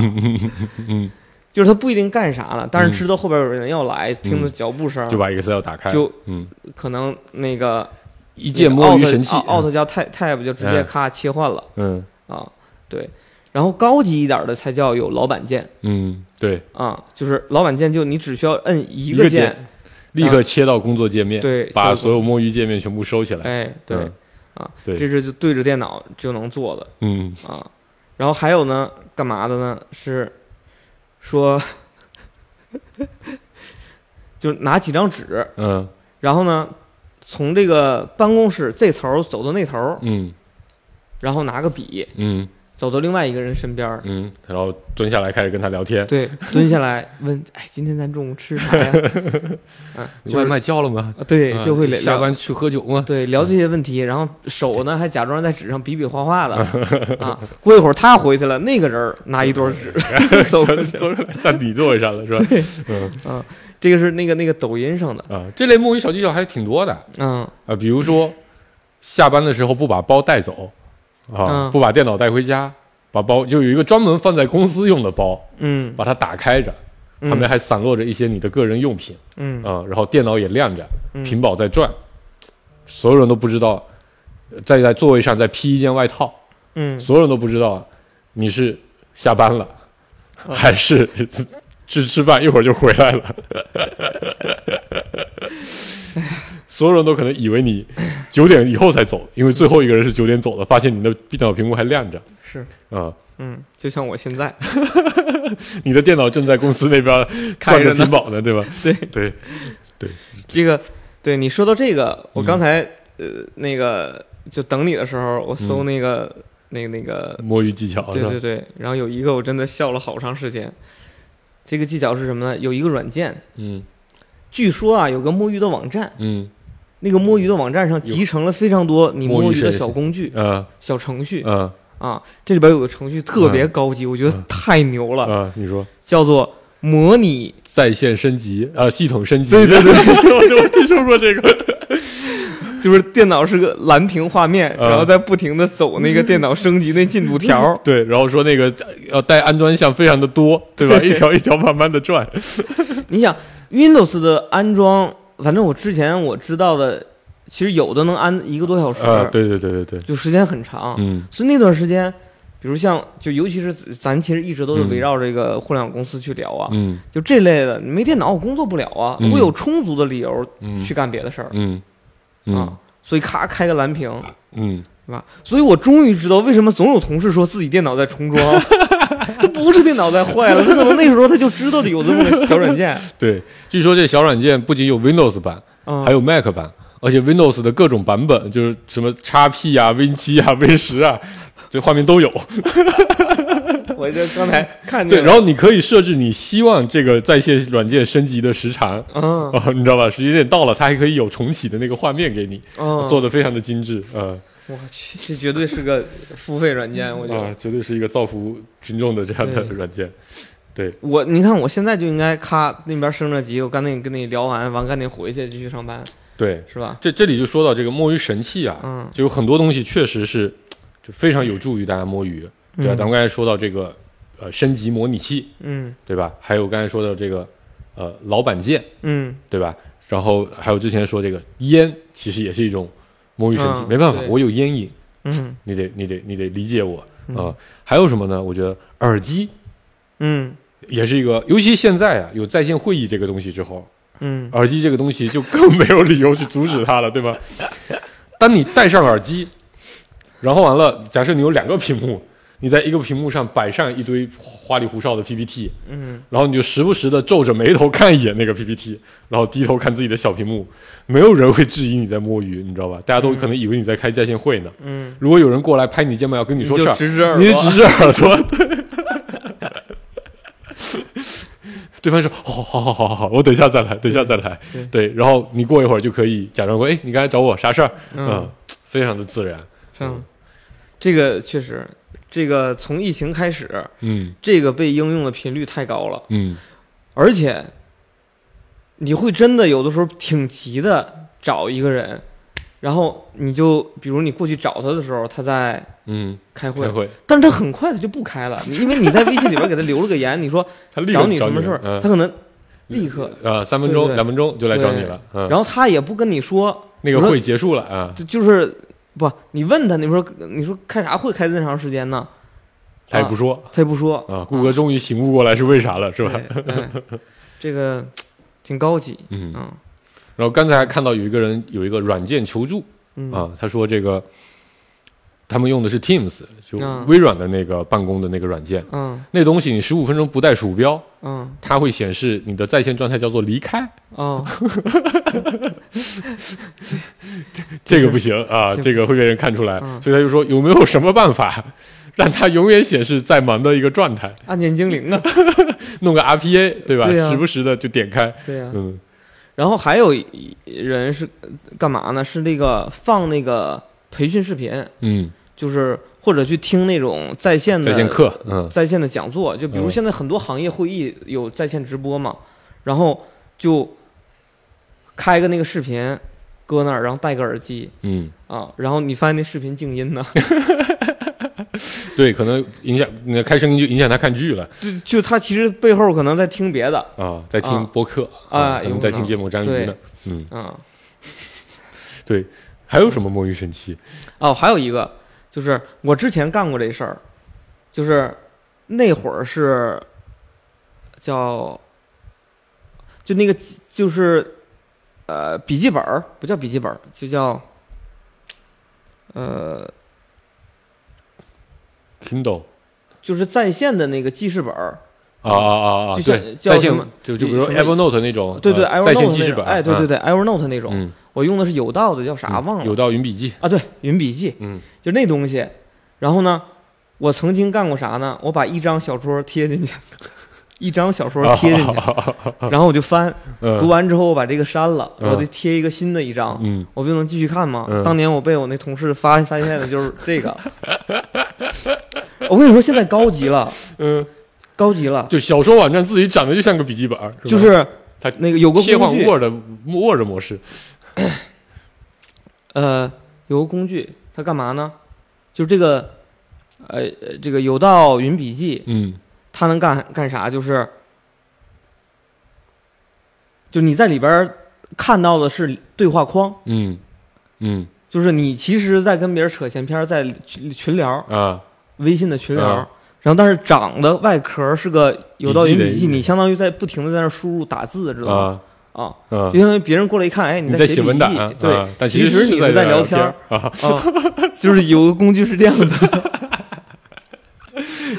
S3: 就是他不一定干啥了，但是知道后边有人要来，听着脚步声，
S4: 嗯就把 Excel 打开，
S3: 就
S4: 嗯
S3: 可能那个
S4: 一键摸鱼神器
S3: o u t 叫 Tab Tab 就直接
S4: 嗯
S3: 咔切换了
S4: 嗯
S3: 啊，对。然后高级一点的才叫有老板键
S4: 嗯，对，
S3: 啊，就是老板键就你只需要摁一
S4: 一个键
S3: 键，
S4: 立刻切到工作界面，
S3: 对，
S4: 把
S3: 效
S4: 所有摸鱼界面全部收起
S3: 果
S4: 来，
S3: 哎对、
S4: 嗯
S3: 啊，
S4: 对
S3: 这是就对着电脑就能做的
S4: 嗯
S3: 啊。然后还有呢，干嘛的呢？是说就拿几张纸，
S4: 嗯
S3: 然后呢，从这个办公室这头儿走到那头儿，
S4: 嗯
S3: 然后拿个笔
S4: 嗯
S3: 走到另外一个人身边儿，
S4: 嗯，然后蹲下来开始跟他聊天，
S3: 对，蹲下来问：“哎，今天咱中午吃啥呀？” 啊，就是
S4: 外卖叫了吗？
S3: 啊对，就会聊
S4: 嗯下班去喝酒吗？
S3: 对聊这些问题，然后手呢还假装在纸上比比划划 的啊。过一会儿他回去了，那个人儿拿一摞纸 走过去了。
S4: 坐站你座位上了是吧？嗯
S3: 这个是那个那个抖音上的，
S4: 啊，这类摸鱼小技巧还挺多的
S3: 嗯
S4: 啊，比如说下班的时候不把包带走啊，
S3: 嗯
S4: 不把电脑带回家，把包就有一个专门放在公司用的包，
S3: 嗯
S4: 把它打开着，
S3: 嗯
S4: 旁边还散落着一些你的个人用品
S3: 嗯
S4: 啊，然后电脑也亮着，
S3: 嗯
S4: 屏保在转，所有人都不知道，呃在在座位上再披一件外套，
S3: 嗯
S4: 所有人都不知道你是下班了
S3: 嗯
S4: 还是 去吃饭，一会儿就回来 了。所有人都可能以为你九点以后才走，因为最后一个人是九点走的，发现你的电脑屏幕还亮着
S3: 是
S4: 啊、
S3: 嗯，就像我现在，
S4: 你的电脑正在公司那边
S3: 开
S4: 看
S3: 着
S4: 着
S3: 呢
S4: 屏保呢，对吧？
S3: 对
S4: 对，
S3: 这个，对你说到这个，
S4: 嗯
S3: 我刚才、呃那个就等你的时候，我搜那个、那个那个，
S4: 摸鱼技巧
S3: 对
S4: 嗯是
S3: 对
S4: 吧？
S3: 对，然后有一个我真的笑了好长时间。这个技巧是什么呢？有一个软件，
S4: 嗯
S3: 据说啊有个摸鱼的网站，
S4: 嗯
S3: 那个摸鱼的网站上集成了非常多你
S4: 摸鱼
S3: 摸鱼的
S4: 神
S3: 小工具、
S4: 呃
S3: 小程序
S4: 呃
S3: 啊。这里边有个程序特别高级，我觉得
S4: 嗯
S3: 太牛了，
S4: 呃，你说
S3: 叫做模拟
S4: 在线升级呃，系统升级，对对对，我我听说过这个。
S3: 就是电脑是个蓝屏画面，
S4: 嗯。
S3: 然后在不停的走那个电脑升级那进度条儿
S4: 对，然后说那个呃要带安装项非常的多，对 吧？一条一条慢慢的 转，
S3: 你想 Windows 的安装，反正我之前我知道的，其实有的能安一个多小时，
S4: 啊，对对对对对，
S3: 就时间很长。
S4: 嗯
S3: 所以那段时间，比如像就尤其是咱其实一直都是围绕这个互联网公司去聊啊，
S4: 嗯
S3: 就这类的，你没电脑我工作不了啊，
S4: 嗯
S3: 我有充足的理由
S4: 嗯
S3: 去干别的事儿、
S4: 嗯嗯
S3: 啊，所以咔开个蓝屏。
S4: 嗯，
S3: 对吧？所以我终于知道为什么总有同事说自己电脑在重 装，他不是电脑在坏了，他可能那时候他就知道有这么个小软件
S4: 对。据说这小软件不仅有 Windows 版，
S3: 啊，
S4: 还有 Mac 版，而且 Windows 的各种版本，就是什么 XP 啊、Win 七啊、Win 十啊，这画面都有。
S3: 我就刚才看
S4: 对，
S3: 见
S4: 然
S3: 了，
S4: 后你可以设置你希望这个在线软件升级的时长。
S3: 嗯
S4: 啊、你知道吧？时间点到了，它还可以有重启的那个画面给你，
S3: 嗯，
S4: 做的非常的精致，呃，
S3: 我去，这绝对是个付费软件，我觉
S4: 啊
S3: 得，
S4: 绝对是一个造福群众的这样的
S3: 对
S4: 软件。
S3: 我你看我现在就应该咔那边升着级，我赶紧跟你聊完，完赶紧回去继续上班，
S4: 对，
S3: 是吧？
S4: 这这里就说到这个摸鱼神器啊，
S3: 嗯
S4: 就有很多东西确实是就非常有助于大家摸鱼，对吧？
S3: 嗯
S4: 咱们刚才说到这个呃升级模拟器，
S3: 嗯
S4: 对吧？还有刚才说的这个呃老板键，
S3: 嗯，
S4: 对吧？然后还有之前说这个烟，其实也是一种摸鱼神器，
S3: 嗯
S4: 没办法，
S3: 对
S4: 我有烟瘾，
S3: 嗯
S4: 你得你得你得理解我啊、呃还有什么呢？我觉得耳机。
S3: 嗯
S4: 也是一个，尤其现在啊，有在线会议这个东西之后，
S3: 嗯
S4: 耳机这个东西就更 没有理由去阻止它了，对吧？当你戴上耳机，然后完了，假设你有两个屏幕，你在一个屏幕上摆上一堆花里胡哨的 PPT，
S3: 嗯，
S4: 然后你就时不时的皱着眉头看一眼那个 PPT，然后低头看自己的小屏幕，没有人会质疑你在摸鱼，你知道吧？大家都可能以为你在开在线会呢。
S3: 嗯，
S4: 如果有人过来拍你肩膀要跟你
S3: 你
S4: 说啊
S3: 就
S4: 事儿，
S3: 直着耳
S4: 你就
S3: 朵
S4: 指着耳朵，对。 对方说：“好好好好好好，我等一下再来，等一下再来。
S3: 对
S4: 对”然后你过一会儿就可以假装说：“哎，你刚才找我啥事儿？”
S3: 嗯
S4: 非常的自然。
S3: 嗯，这个确实，这个从疫情开始，
S4: 嗯
S3: 这个被应用的频率太高了，
S4: 嗯
S3: 而且你会真的有的时候挺急的找一个人，然后你就比如你过去找他的时候，他在
S4: 嗯，
S3: 开会，
S4: 开会，
S3: 但是他很快他就不开了，因为你在微信里边给他留了个言，你说
S4: 他 立刻
S3: 找你什么事儿，
S4: 嗯
S3: 他可能立刻，
S4: 呃，三分
S3: 对对
S4: 钟、
S3: 对
S4: 两分钟就来找你了。嗯，
S3: 然后他也不跟你说，
S4: 那
S3: 我
S4: 个
S3: 说
S4: 会结束了啊，
S3: 就就是不，你问他，你说你说开啥会开这么长时间呢？啊
S4: 他也不说
S3: 他也不说
S4: 啊。顾哥终于醒悟过来是为啥了，是吧？
S3: 对哎这个挺高级，
S4: 嗯。
S3: 嗯
S4: 然后刚才还看到有一个人有一个软件求助
S3: 嗯
S4: 啊，他说这个他们用的是 Teams，就
S3: 嗯
S4: 微软的那个办公的那个软件，
S3: 嗯
S4: 那东西你十五分钟不带鼠标，
S3: 嗯
S4: 它会显示你的在线状态叫做离开，
S3: 哦，
S4: 这个不行啊，
S3: 这
S4: 这个会被人看出来，
S3: 嗯
S4: 所以他就说有没有什么办法让它永远显示在忙的一个状态，
S3: 按键精灵啊，
S4: 弄个 RPA 对吧？
S3: 对啊呀
S4: 时不时的就点开，
S3: 对 呀、
S4: 嗯，
S3: 然后还有一人是干嘛呢？是那个放那个培训视频，
S4: 嗯，
S3: 就是或者去听那种在线的
S4: 在线课，嗯
S3: 在线的讲座，就比如
S4: 嗯
S3: 现在很多行业会议有在线直播嘛，然后就开个那个视频搁那儿，然后戴个耳机
S4: 嗯，
S3: 啊，然后你发现那视频静音呢，
S4: 对，可能影响那开声音就影响他看剧了
S3: 就就他其实背后可能在听别的
S4: 啊，在听
S3: 啊
S4: 播客
S3: 啊
S4: 可
S3: 有
S4: 能
S3: 可
S4: 嗯在听
S3: 能
S4: 芥末章鱼呢
S3: 对，
S4: 嗯，
S3: 啊。
S4: 对，还有什么摸鱼神器？
S3: 哦，还有一个就是我之前干过这事儿，就是那会儿是叫就那个就是呃笔记本儿不叫笔记本儿，就叫呃
S4: Kindle
S3: 就是在线的那个记事本儿，
S4: 啊啊啊啊！
S3: 就像
S4: 对，
S3: 叫
S4: 在
S3: 什
S4: 线
S3: 么
S4: 就就比如说
S3: 什么
S4: Evernote 那种，
S3: 对对
S4: 呃在线
S3: ，Evernote
S4: 记
S3: 那
S4: 事
S3: 种，
S4: 本，
S3: 哎，对对对，Evernote 那
S4: 啊，
S3: 种，
S4: 嗯，
S3: 我用的是有道的，叫啥
S4: 嗯
S3: 忘了
S4: 有道云笔记，
S3: 啊？对，云笔记，
S4: 嗯，
S3: 就那东西。然后呢，我曾经干过啥呢？我把一张小说贴进去， 一张小说贴进去，然后我就翻，读
S4: 哦嗯
S3: 完之后我把这个删了，
S4: 嗯
S3: 我得贴一个新的一张，
S4: 嗯，
S3: 我不就能继续看吗？
S4: 嗯
S3: 当年我被我那同事发发现的就是这 个。我跟你说，现在高级了，
S4: 嗯，
S3: 高级了，
S4: 就小说网站自己长得就像个笔记本，吧
S3: 就是
S4: 它
S3: 那个有个
S4: 切换
S3: 工具，
S4: Word Word 模式，
S3: 呃，有个工具，它干嘛呢？就这个，呃，呃这个有道云笔记，
S4: 嗯
S3: 它能干干啥？就是，就你在里边儿看到的是对话框，
S4: 嗯嗯
S3: 就是你其实在跟别人扯闲篇儿，在群群聊，
S4: 啊，
S3: 微信的群聊。
S4: 啊
S3: 然后，但是长的外壳是个有道云
S4: 笔记的
S3: 笔
S4: 意
S3: 记，
S4: 思
S3: 你相当于在不停的在那儿输入打字，知道吗？
S4: 啊
S3: 啊，
S4: 啊
S3: 就。相当于别人过来一看，哎，你
S4: 在
S3: 写笔
S4: 文
S3: 记，
S4: 档啊，
S3: 对，
S4: 啊但
S3: 其
S4: 实
S3: 你
S4: 在
S3: 是在
S4: 聊
S3: 天
S4: 天
S3: 儿
S4: 儿啊，
S3: 啊，就是有个工具是这 样的，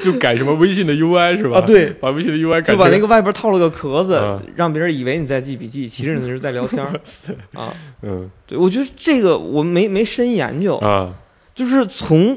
S4: 就改什么微信的 UI 是吧？
S3: 啊对
S4: 把微信的 UI 改
S3: 就把那
S4: 成
S3: 个外边套了个壳子，
S4: 啊
S3: 让别人以为你在记笔记，其实你是在聊天 儿啊。
S4: 嗯
S3: 对，我觉得这个我没没深研究，
S4: 啊，
S3: 就是从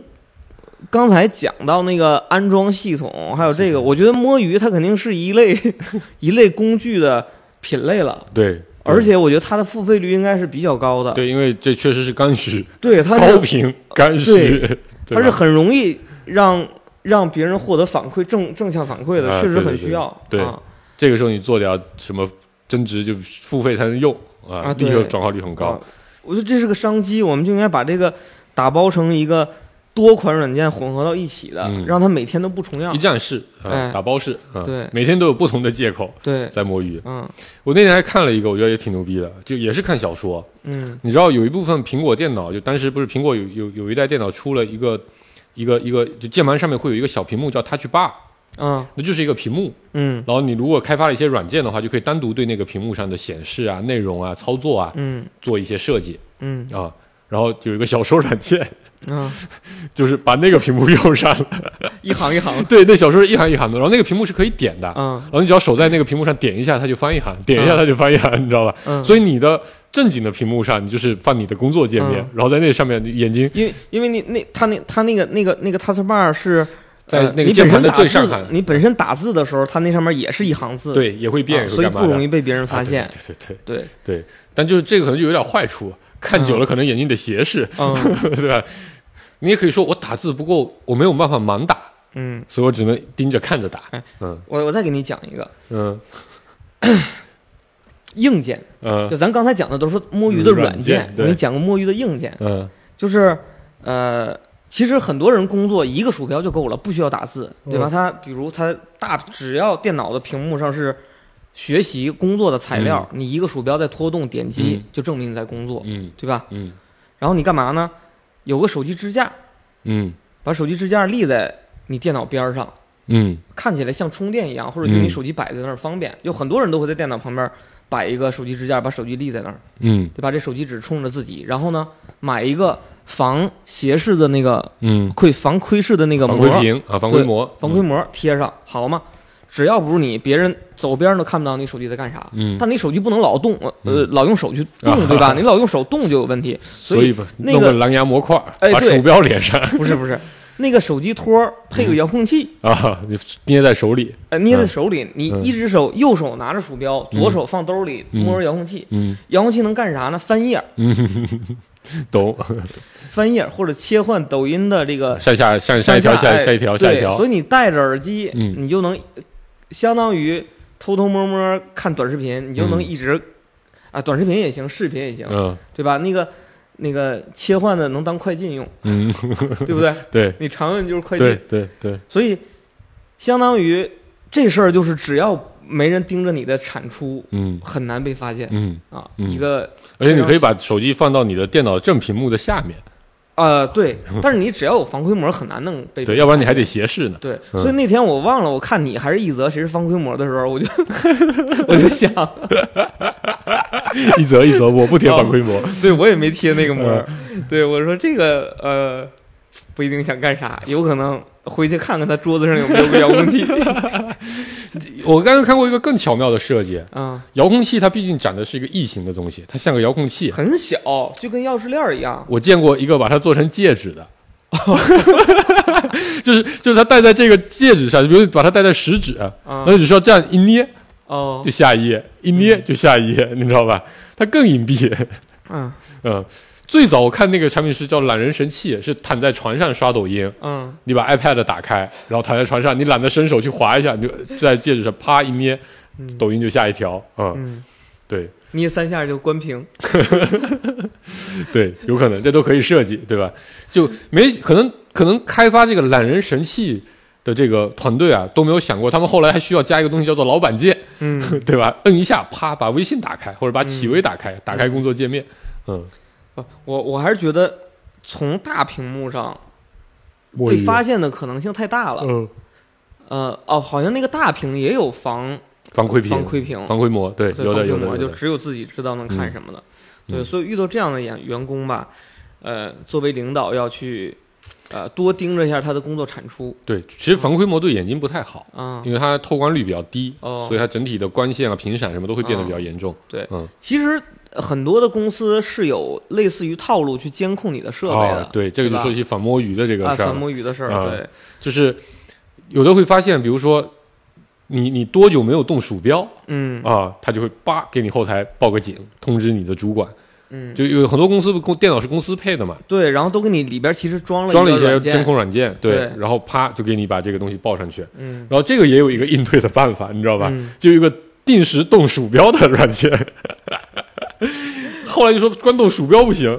S3: 刚才讲到那个安装系统，还有这个，我觉得摸鱼它肯定是一类 一类工具的品类了，
S4: 对，对
S3: 而且我觉得它的付费率应该是比较高的。
S4: 对，因为这确实是刚需，
S3: 对， 它
S4: 高
S3: 是呃
S4: 频刚需，
S3: 对
S4: 对
S3: 它是
S4: 吧
S3: 很容易让让别人获得反馈正正向反馈的，
S4: 啊
S3: 确实
S4: 对对
S3: 很
S4: 对
S3: 需要。
S4: 对
S3: 啊，
S4: 这个时候你做点什么增值，就付费才能用啊
S3: 啊
S4: 立
S3: 对
S4: 刻转化率很
S3: 啊
S4: 高。
S3: 我觉得这是个商机，我们就应该把这个打包成一个多款软件混合到一起的，
S4: 嗯
S3: 让它每天都不重样
S4: 一。站式，啊
S3: 哎
S4: 打包式，啊
S3: 对
S4: 每天都有不同的借口
S3: 对，
S4: 在摸鱼。
S3: 嗯
S4: 我那天还看了一个，我觉得也挺牛逼的，就也是看小说。
S3: 嗯
S4: 你知道有一部分苹果电脑，就当时不是苹果有有有一代电脑出了一个一个一个，就键盘上面会有一个小屏幕叫 Touch Bar，
S3: 嗯
S4: 那就是一个屏幕。
S3: 嗯
S4: 然后你如果开发了一些软件的话，就可以单独对那个屏幕上的显示啊、内容啊、操作啊
S3: 嗯
S4: 做一些设计
S3: 嗯
S4: 啊。然后有一个小说软件，
S3: 嗯，
S4: 就是把那个屏幕用上了。
S3: 一行一行，
S4: 对，那小说是一行一行的，然后那个屏幕是可以点的。
S3: 嗯
S4: 然后你只要手在那个屏幕上点一下，它就翻一行；点一下，它就翻一行，你知道吧？
S3: 嗯，
S4: 所以你的正经的屏幕上，你就是放你的工作界面，
S3: 嗯
S4: 然后在那上面你眼睛
S3: 因为因为你那他那他那个那个那个 touch bar 是
S4: 在
S3: 呃
S4: 那个
S3: 你
S4: 键
S3: 本身
S4: 盘的
S3: 打
S4: 最上
S3: 字
S4: 方
S3: 你本身打字的时候，它那上面也是一行字，
S4: 对也会变，
S3: 啊
S4: 也会
S3: 所以
S4: 干嘛
S3: 不
S4: 的
S3: 容易被别人
S4: 啊
S3: 发
S4: 对
S3: 现。
S4: 对对对
S3: 对，
S4: 对对。但就是这个可能就有点坏处，看久了可能眼睛得斜视，
S3: 嗯
S4: 对吧？你也可以说我打字不够，我没有办法盲打，
S3: 嗯，
S4: 所以我只能盯着看着打
S3: 哎。
S4: 嗯
S3: 我我再给你讲一个
S4: 嗯
S3: 硬件，
S4: 嗯
S3: 就咱刚才讲的都是摸鱼的
S4: 软
S3: 软件
S4: 件，
S3: 我
S4: 对
S3: 给你讲个摸鱼的硬件，
S4: 嗯
S3: 就是呃，其实很多人工作一个鼠标就够了，不需要打字，对
S4: 嗯
S3: 吧？他比如他大，只要电脑的屏幕上是学习工作的材料，你一个鼠标在拖动点击，
S4: 嗯
S3: 就证明你在工作，
S4: 嗯
S3: 对吧？
S4: 嗯
S3: 然后你干嘛呢？有个手机支架，
S4: 嗯
S3: 把手机支架立在你电脑边儿上。
S4: 嗯
S3: 看起来像充电一样，或者就你
S4: 嗯
S3: 手机摆在那儿方便，有很多人都会在电脑旁边摆一个手机支架，把手机立在那儿，
S4: 嗯
S3: 对吧？这手机只冲着自己，然后呢，买一个防斜视的那个
S4: 嗯，
S3: 窥防窥视的那个
S4: 防
S3: 膜，
S4: 窥屏啊，防窥
S3: 对
S4: 膜，
S3: 防窥膜贴上，好嘛？只要不是你，别人走边上都看不到你手机在干啥。
S4: 嗯
S3: 但你手机不能老动，呃，
S4: 嗯
S3: 老用手去动，对 吧？你老用手动就有问题。
S4: 所
S3: 所
S4: 以吧
S3: 那
S4: 弄
S3: 个
S4: 个狼牙模块儿，
S3: 哎
S4: 把
S3: 对
S4: 鼠标连上
S3: 不是不是，那个手机托儿配个遥控器，
S4: 啊，你捏在手 里，
S3: 呃，捏在手里，你
S4: 嗯嗯
S3: 一只手右手拿着鼠标，左手放兜里
S4: 嗯
S3: 摸着遥控器。
S4: 嗯
S3: 遥控器能干啥呢？翻页儿，
S4: 懂？
S3: 翻页儿或者切换抖音的这个
S4: 上下上上一条下下一条下一条
S3: 哎对，所以你戴着耳机，
S4: 嗯
S3: 你就能呃相当于偷偷摸摸看短视频，你就能
S4: 嗯
S3: 一直、啊，短视频也行，视频也行，
S4: 嗯
S3: 对吧？那个那个切换的能当快进用，
S4: 嗯，
S3: 对不对？
S4: 对
S3: 你常用就是快
S4: 对
S3: 进，
S4: 对对，
S3: 所以相当于这事儿就是只要没人盯着你的产出，
S4: 嗯
S3: 很难被发现、
S4: 嗯，
S3: 啊。
S4: 嗯
S3: 一个
S4: 而且你可以把手机放到你的电脑正屏幕的下面，
S3: 呃，对，但是你只要有防窥膜，很难能被
S4: 对，要不然你还
S3: 哎
S4: 得 斜视呢。
S3: 对，
S4: 嗯
S3: 所以那天我忘了，我看你还是一泽谁是方规模的时候，我就 我就想，
S4: 一则一则，我不贴
S3: 哦
S4: 反规模。
S3: 对我也没贴那个膜，
S4: 嗯
S3: 对我说这个呃不一定想干啥，有可能回去看看他桌子上有没有个遥控 器
S4: 我刚才看过一个更巧妙的设计，
S3: 啊，
S4: 遥控器它毕竟长得是一个异形的东西，它像个遥控器。
S3: 很小，就跟钥匙链儿一样，
S4: 我见过一个把它做成戒指的， 就是就是它戴在这个戒指上，比如把它戴在食指，
S3: 啊
S4: 然后只需要这样一捏
S3: 哦
S4: 就，下一页，一捏就下一页，你知道吧？它更隐蔽。
S3: 嗯
S4: 嗯，最早我看那个产品是叫懒人神器，是躺在床上刷抖音，
S3: 嗯
S4: 你把 iPad 打开，然后躺在床上，你懒得伸手去划一下，你就在戒指上啪一捏，抖音就下一条。嗯，
S3: 嗯，
S4: 对
S3: 捏三下就关屏，
S4: 对，有可能这都可以设计，对吧？就没可能可能开发这个懒人神器。的这个团队啊都没有想过，他们后来还需要加一个东西叫做老板 键，
S3: 嗯，
S4: 对吧？摁一下，啪，把微信打开，或者把企微打开，打开工作界面。嗯，
S3: 不我我还是觉得从大屏幕上
S4: 我
S3: 被发现的可能性太大了，
S4: 嗯，
S3: 呃哦，好像那个大屏也有防
S4: 防窥屏，
S3: 防窥屏
S4: 防窥膜，对，
S3: 对，
S4: 有的
S3: 放
S4: 有
S3: 规
S4: 的
S3: 模
S4: 有
S3: 就
S4: 的，
S3: 只有自己知道能看什么的。
S4: 嗯
S3: 对，
S4: 嗯
S3: 所以遇到这样的员员工吧，呃，作为领导要去呃多盯着一下他的工作产出
S4: 对，其实防窥膜对眼睛不太好，
S3: 啊、
S4: 因为它透光率比较低，
S3: 哦
S4: 所以它整体的光线啊、频闪什么都会变得比较严重。
S3: 对，
S4: 嗯，
S3: 其实呃很多的公司是有类似于套路去监控你的设备的。
S4: 哦，对，这个就
S3: 吧
S4: 说起反摸鱼的这个
S3: 啊，
S4: 事儿
S3: 反
S4: 了，
S3: 摸鱼的事儿，
S4: 啊
S3: 对，
S4: 就是有的会发现，比如说你你多久没有动鼠标
S3: 嗯
S4: 啊，它就会叭给你后台报个警，通知你的主管。
S3: 嗯，
S4: 就有很多公司公电脑是公司配的嘛，
S3: 对，然后都给你里边其实装了
S4: 装了
S3: 一
S4: 一
S3: 个
S4: 些
S3: 软件
S4: 监控软件，
S3: 对
S4: 然后啪就给你把这个东西报上去。
S3: 嗯，
S4: 然后这个也有一个应对的办法，你知道吧？
S3: 嗯
S4: 就有一个定时动鼠标的软件。后来就说光动鼠标不行，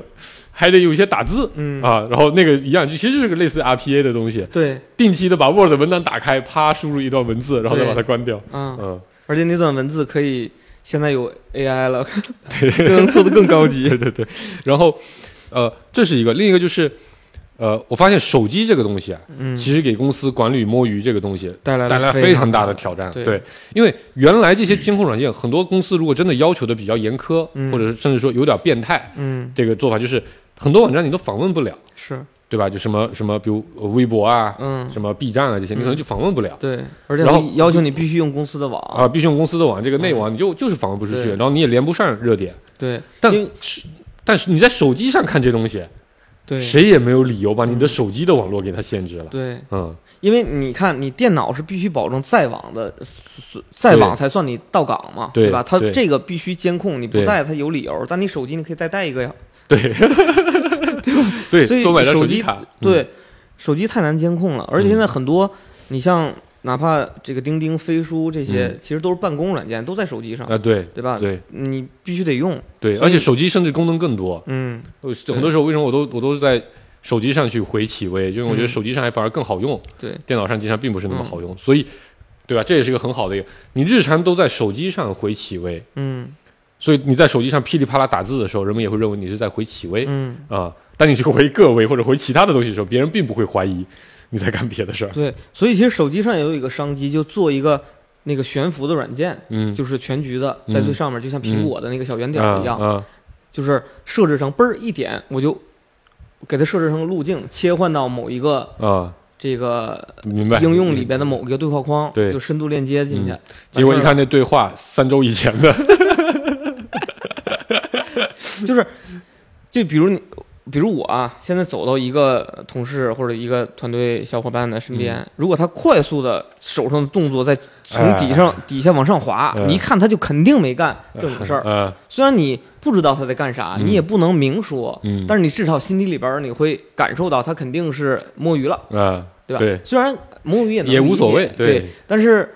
S4: 还得有一些打字、
S3: 嗯
S4: 啊。然后那个一样，就其实是个类似 RPA 的东西，
S3: 对，
S4: 定期的把 Word 文档打开，啪输入一段文字，然后再把它关掉。
S3: 啊，
S4: 嗯，
S3: 而且那段文字可以现在有 AI 了， 更能做的更高级
S4: 对，对对。然后呃，这是一个，另一个就是呃，我发现手机这个东西啊，
S3: 嗯，
S4: 其实给公司管理摸鱼这个东西
S3: 带来
S4: 带来
S3: 了
S4: 非常大
S3: 大
S4: 的挑战。
S3: 对
S4: 对，因为原来这些监控软件，很多公司如果真的要求的比较严苛，
S3: 嗯
S4: 或者是甚至说有点变态，
S3: 嗯，
S4: 这个做法就是很多网站你都访问不了，
S3: 是，
S4: 对吧？就什么什么，比如呃微博啊，
S3: 嗯，
S4: 什么 B 站啊这些，你可能就访问不了。
S3: 对，而且
S4: 然后
S3: 会要求你必须用公司的网
S4: 啊，，必须用公司的网，这个内网你就就是访问不出去，
S3: 嗯对
S4: 然后你也连不上热点。
S3: 对，
S4: 但
S3: 因为
S4: 是但是你在手机上看这东西，
S3: 对嗯
S4: 谁也没有理由把你的手机的网络给它限制了。
S3: 对，
S4: 嗯，
S3: 因为你看，你电脑是必须保证在网的，在网才算你到岗嘛，
S4: 对
S3: 吧？它
S4: 对
S3: 这个必须监控，你不
S4: 对
S3: 在它有理由，但你手机你可以再带一个呀，
S4: 对，对
S3: 所以
S4: 多买张
S3: 手
S4: 机
S3: 机
S4: 卡。嗯
S3: 对，手机太难监控了，而且现在很多，你像哪怕这个钉钉、飞书这些
S4: 嗯，
S3: 其实都是办公软件，都在手机上
S4: 嗯，啊，对
S3: 对吧？
S4: 对
S3: 你必须得用，
S4: 对，
S3: 所以
S4: 而且手机甚至功能更多。
S3: 嗯，
S4: 呃很多时候为什么我都我都是在手机上去回启位，因为我觉得
S3: 嗯
S4: 手机上还反而更好用，
S3: 对，嗯
S4: 电脑上经常并不是那么好用，所以对吧？这也是一个很好的一个，你日常都在手机上回启位，
S3: 嗯
S4: 所以你在手机上噼里啪啦打字的时候，人们也会认为你是在回启位啊、
S3: 嗯，
S4: 当你去回个位或者回其他的东西的时候，别人并不会怀疑你在干别的事儿。
S3: 对，所以其实手机上也有一个商机，就做一个那个悬浮的软件，
S4: 嗯，
S3: 就是全局的，
S4: 嗯
S3: 在最上面，就像苹果的那个小圆点儿一样，
S4: 啊
S3: 就是设置成嘣儿一点，我就给它设置成路径，切换到某一个
S4: 啊啊，
S3: 这个
S4: 明白。
S3: 应用里边的某个对话框，
S4: 对
S3: 就深度链接进去。
S4: 嗯结果一看那对话，三周以前的，
S3: 就是，就比如你，比如我啊，现在走到一个同事或者一个团队小伙伴的身
S4: 嗯
S3: 边，如果他快速的手上的动作在从底上、底下往上滑，
S4: 哎
S3: 你一看他就肯定没干正经事 儿。
S4: 呃，
S3: 虽然你不知道他在干啥，
S4: 嗯
S3: 你也不能明说，
S4: 嗯，
S3: 但是你至少心底里边儿你会感受到他肯定是摸鱼了，
S4: 啊，
S3: 对吧？
S4: 对，
S3: 虽然摸鱼也能
S4: 也无所谓
S3: 理解对
S4: 对
S3: 但是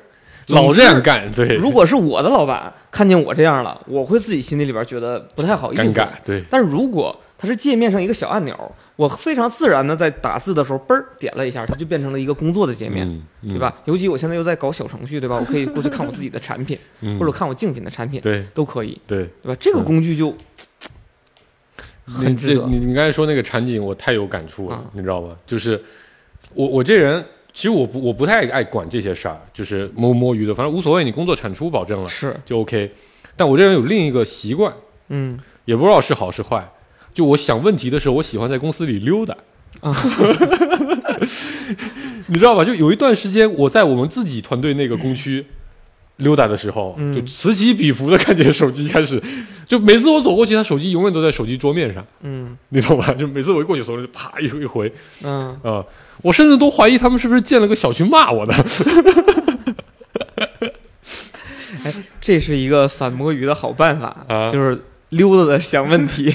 S4: 老
S3: 总之
S4: 这样干，对，
S3: 如果是我的老板看见我这样了，我会自己心里里边觉得不太好意思。
S4: 尴尬，对，
S3: 但是如果它是界面上一个小按钮，我非常自然的在打字的时候，嘣儿点了一下，它就变成了一个工作的界面，
S4: 嗯，嗯
S3: 对？吧？尤其我现在又在搞小程序， 对吧？我可以过去看我自己的产品，
S4: 嗯
S3: 或者看我竞品的产品，
S4: 对
S3: 都可以，
S4: 对，
S3: 对吧？这个
S4: 嗯
S3: 工具就嗯很
S4: 你
S3: 值
S4: 这
S3: 得
S4: 你你刚才说那个场景，我太有感触了
S3: 嗯，
S4: 你知道吗？就是我我这人。其实我不我不太爱管这些事儿，就是摸摸鱼的，反正无所谓，你工作产出保证了
S3: 是，
S4: 就 OK。但我这人有另一个习惯，
S3: 嗯，
S4: 也不知道是好是坏。就我想问题的时候，我喜欢在公司里溜达。
S3: 啊
S4: 你知道吧？就有一段时间，我在我们自己团队那个工区溜达的时候，
S3: 嗯
S4: 就此起彼伏的看见手机开始，就每次我走过去，他手机永远都在手机桌面上，
S3: 嗯
S4: 你懂吧？就每次我一过去的时候，就啪一一回
S3: 嗯，
S4: 啊、我甚至都怀疑他们是不是建了个小区骂我的。
S3: 这是一个反摸鱼的好办法，
S4: 啊
S3: 就是溜达的想问题。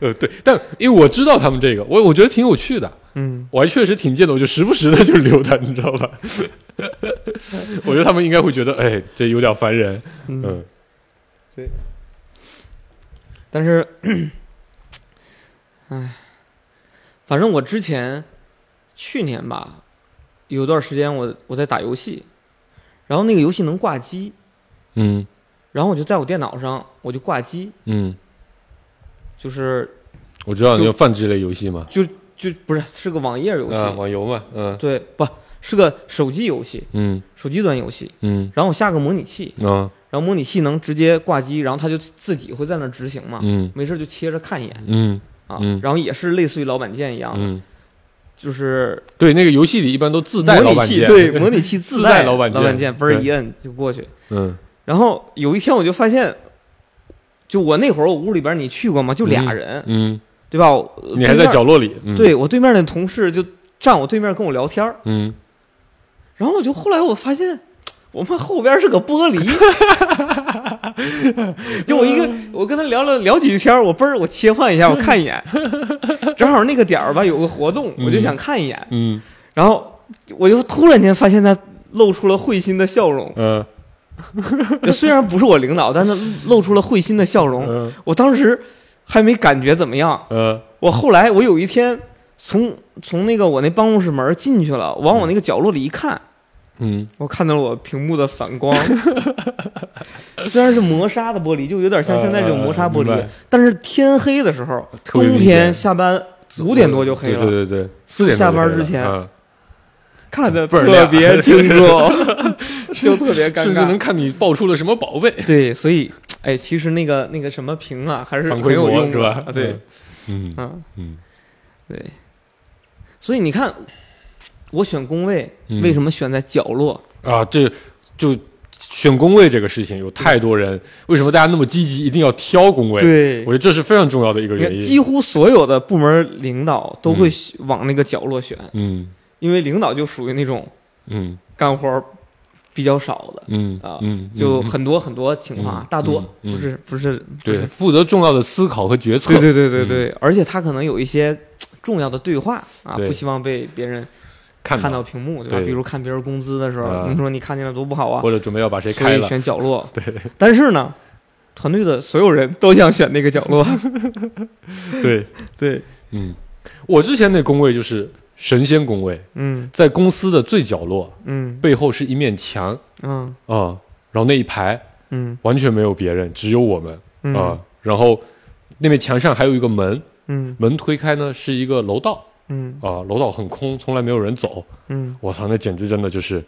S4: 呃，对，但因为我知道他们这个，我我觉得挺有趣的。
S3: 嗯，
S4: 我还确实挺贱的，我就时不时的就溜达，你知道吧？ 我觉得他们应该会觉得，哎，这有点烦人。
S3: 嗯
S4: 嗯
S3: 但是， 唉，反正我之前去年吧，有段时间我我在打游戏，然后那个游戏能挂机，
S4: 嗯
S3: 然后我就在我电脑上我就挂机，
S4: 嗯，
S3: 就是
S4: 我知道
S3: 就
S4: 你就泛之类游戏嘛，
S3: 就不是是个网页游戏，
S4: 啊，网游嘛，嗯
S3: 对，不是个手机游戏，
S4: 嗯
S3: 手机端游戏。
S4: 嗯
S3: 然后我下个模拟器，
S4: 啊
S3: 然后模拟器能直接挂机，然后它就自己会在那儿执行嘛，
S4: 嗯
S3: 没事就切着看一眼
S4: 嗯
S3: 啊，
S4: 嗯
S3: 然后也是类似于老板键一样，
S4: 嗯，
S3: 就是
S4: 对，那个游戏里一般都自带
S3: 模
S4: 老
S3: 拟
S4: 板
S3: 器
S4: 键， 嗯
S3: 对，模拟器
S4: 自带
S3: 带
S4: 老
S3: 老
S4: 板键
S3: 键，嘣儿
S4: 对
S3: 一摁就过去。
S4: 嗯
S3: 然后有一天我就发现，就我那会儿我屋里边儿你去过吗？就俩人，
S4: 嗯，
S3: 对吧？我
S4: 你还在，角
S3: 对
S4: 落里，嗯
S3: 面对我对面那同事就站我对面跟我聊天儿，
S4: 嗯，
S3: 然后我就后来我发现。我们后边是个玻璃， 就我一个，
S4: 嗯
S3: 我跟他聊了聊几句天儿，我嘣儿我切换一下，我看一 眼，正好那个点儿吧有个活动，我就
S4: 嗯
S3: 想看一眼，
S4: 嗯
S3: 然后我就突然间发现他露出了会心的笑 容，
S4: 嗯
S3: 就虽然不是我领导，但他露出了会心的笑容。
S4: 嗯
S3: 我当时还没感觉怎么样，
S4: 嗯
S3: 我后来我有一天从从那个我那办公室门进去了，往我那个角落里一看，
S4: 嗯
S3: 我看到了我屏幕的反 光，虽然是磨砂的玻璃，就有点像现在这种磨砂玻
S4: 呃明
S3: 璃
S4: 白，
S3: 但是天黑的时候，
S4: 特别
S3: 冬
S4: 明显
S3: 天下班五点多就黑了，
S4: 对对对，四点多
S3: 下班
S4: 就黑了
S3: 之前
S4: 嗯
S3: 看的
S4: 倍儿
S3: 特
S4: 亮
S3: 别清楚， 就特别尴
S4: 甚至能
S3: 尬。
S4: 看你爆出了什么宝贝，
S3: 对，所以哎，其实那个那个什么屏啊，还是
S4: 反
S3: 很
S4: 馈
S3: 有
S4: 我
S3: 用
S4: 是吧
S3: 的。？对，
S4: 嗯，嗯
S3: 嗯，
S4: 嗯
S3: 对。所以你看，我选工位
S4: 嗯
S3: 为什么选在角落？
S4: 啊，这就选工位这个事情，有太多人为什么大家那么积极，一定要挑工位？
S3: 对
S4: 我觉，得这是非常重要的一个
S3: 你看
S4: 原
S3: 几
S4: 因。
S3: 乎所有的部门领导都会
S4: 嗯
S3: 选往那个角落选，
S4: 嗯
S3: 因为领导就属于那种
S4: 嗯
S3: 干活儿比较少的。
S4: 嗯
S3: 啊
S4: 嗯，
S3: 就
S4: 嗯
S3: 很多很多情况啊
S4: 嗯，
S3: 大多
S4: 嗯嗯
S3: 不是不是不
S4: 对
S3: 是
S4: 负责重要的思考和决策。
S3: 对对对对对，而且他可能有一些重要的对话啊，
S4: 嗯对
S3: 不希望被别人
S4: 看
S3: 看到屏幕，对吧？
S4: 对
S3: 比如看别人工资的时候，
S4: 啊
S3: 你说你看见了多不好啊，
S4: 或者准备要把谁
S3: 所
S4: 开
S3: 以
S4: 了。
S3: 选角落。
S4: 对
S3: 但是呢，团队的所有人都想选那个角 落。
S4: 对，
S3: 对，
S4: 嗯，我之前那工位就是神仙工位，
S3: 嗯
S4: 在公司的最角落，
S3: 嗯
S4: 背后是一面墙
S3: 嗯
S4: 啊、然后那一排
S3: 嗯
S4: 完全没有别人，只有我们啊、
S3: 嗯
S4: 然后那面墙上还有一个门，
S3: 嗯
S4: 门推开呢是一个楼道
S3: 嗯
S4: 啊、楼道很空，从来没有人走。
S3: 嗯，
S4: 我操，那简直真的就是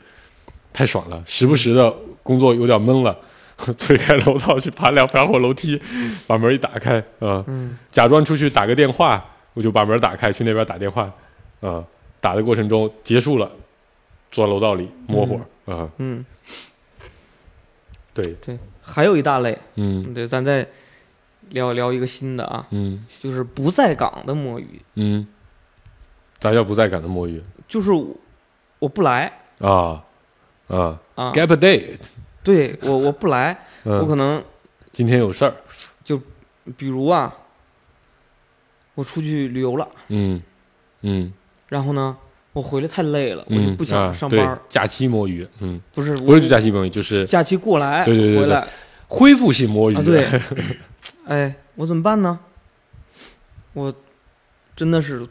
S4: 太爽了，时不时的工作有点闷了。 推开楼道去爬两爬会儿楼梯，把门一打开，啊、
S3: 嗯
S4: 假装出去打个电话，我就把门打开去那边打电话，啊、打的过程中结束了，坐楼道里摸会儿，啊、
S3: 嗯，
S4: 对，
S3: 还有一大类，
S4: 嗯
S3: 对，咱再聊聊一个新的啊，
S4: 嗯
S3: 就是不在岗的摸鱼，
S4: 嗯，咱叫不在岗的摸鱼
S3: 就是我我不来
S4: 啊啊
S3: 啊，
S4: ，gap day，
S3: 对我我不来，我
S4: 嗯，
S3: 可能
S4: 今天有事儿，
S3: 比如啊，我出去旅游了，
S4: 嗯嗯，
S3: 然后呢，我回来太累了，我
S4: 嗯
S3: 就不想
S4: 啊
S3: 上
S4: 对
S3: 班儿，
S4: 假期摸鱼，嗯，
S3: 不是
S4: 不
S3: 我
S4: 是假期摸鱼，就是
S3: 假期过来
S4: 对对对对
S3: 回来
S4: 恢复性摸鱼，
S3: 啊，对，哎，我怎么办呢？我真的是，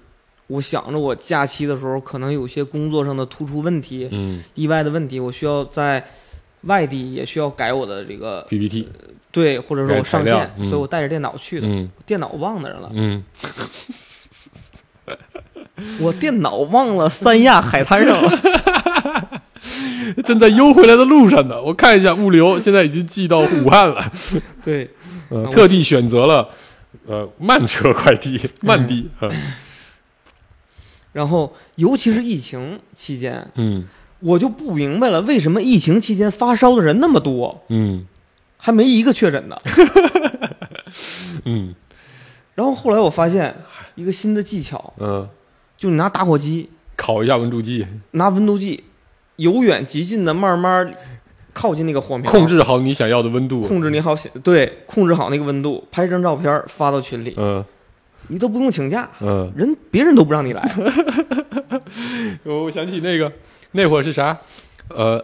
S3: 我想着我假期的时候可能有些工作上的突出问题、
S4: 嗯
S3: 意外的问题，我需要在外地也需要改我的这个
S4: ，PPT，
S3: 对，或者说我上
S4: 改材料
S3: 线，
S4: 嗯
S3: 所以我带着电脑去的，啊
S4: 嗯
S3: 电脑忘那儿了，
S4: 嗯，
S3: 我电脑忘了三亚海滩上 了，
S4: 正在悠回来的路上呢，我看一下物流，现在已经 寄到武汉了。
S3: 对，
S4: 呃
S3: 我，
S4: 特地选择了呃慢车快递，
S3: 嗯
S4: 慢递。呃
S3: 然后尤其是疫情期间，
S4: 嗯
S3: 我就不明白了，为什么疫情期间发烧的人那么多，
S4: 嗯
S3: 还没一个确 诊的。
S4: 嗯
S3: 然后后来我发现一个新的技巧，
S4: 嗯，
S3: 就你拿打火机、
S4: 烤一下温度计，
S3: 拿温度计，由远及近的慢慢靠近那个火苗，
S4: 控制好你想要的温度。
S3: 控制你好对，控制好那个温度，拍张照片发到群里，
S4: 嗯
S3: 你都不用请假，
S4: 嗯，
S3: 人别人都不让 你来。
S4: 哎我我想起那个那会儿是啥？呃，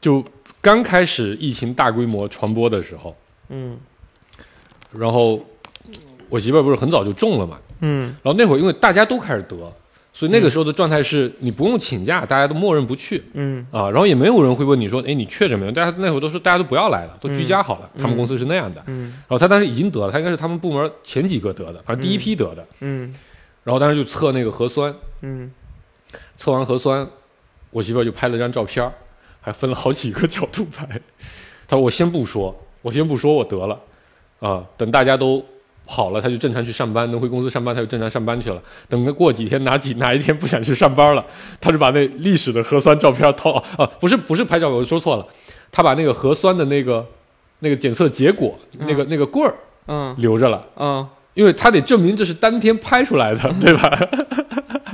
S4: 就刚开始疫情大规模传播的时候，
S3: 嗯
S4: 然后我媳妇儿不是很早就中了嘛，
S3: 嗯
S4: 然后那会儿因为大家都开始得，所以那个时候的状态是你不用请假，大家都默认不去。
S3: 嗯
S4: 啊，然后也没有人会问你说，哎，你确诊没有？大家那会儿都说大家都不要来了，都居家好了。他们公司是那样的。
S3: 嗯
S4: 然后他当时已经得了，他应该是他们部门前几个得的，反正第一批得的。
S3: 嗯
S4: 然后当时就测那个核酸，
S3: 嗯，
S4: 测完核酸，我媳妇儿就拍了张照片儿，还分了好几个角度拍。她说我先不说，我先不说我得了，啊，等大家都好了，她就正常去上班，能回公司上班，她就正常上班去了。等过几天哪几哪一天不想去上班了，她就把那历史的核酸照片掏啊，不是不是拍照片，我说错了，她把那个核酸的那个那个检测结果，那个那个棍儿
S3: 嗯
S4: 留着了。
S3: 嗯
S4: 因为他得证明这是当天拍出 来的，对吧？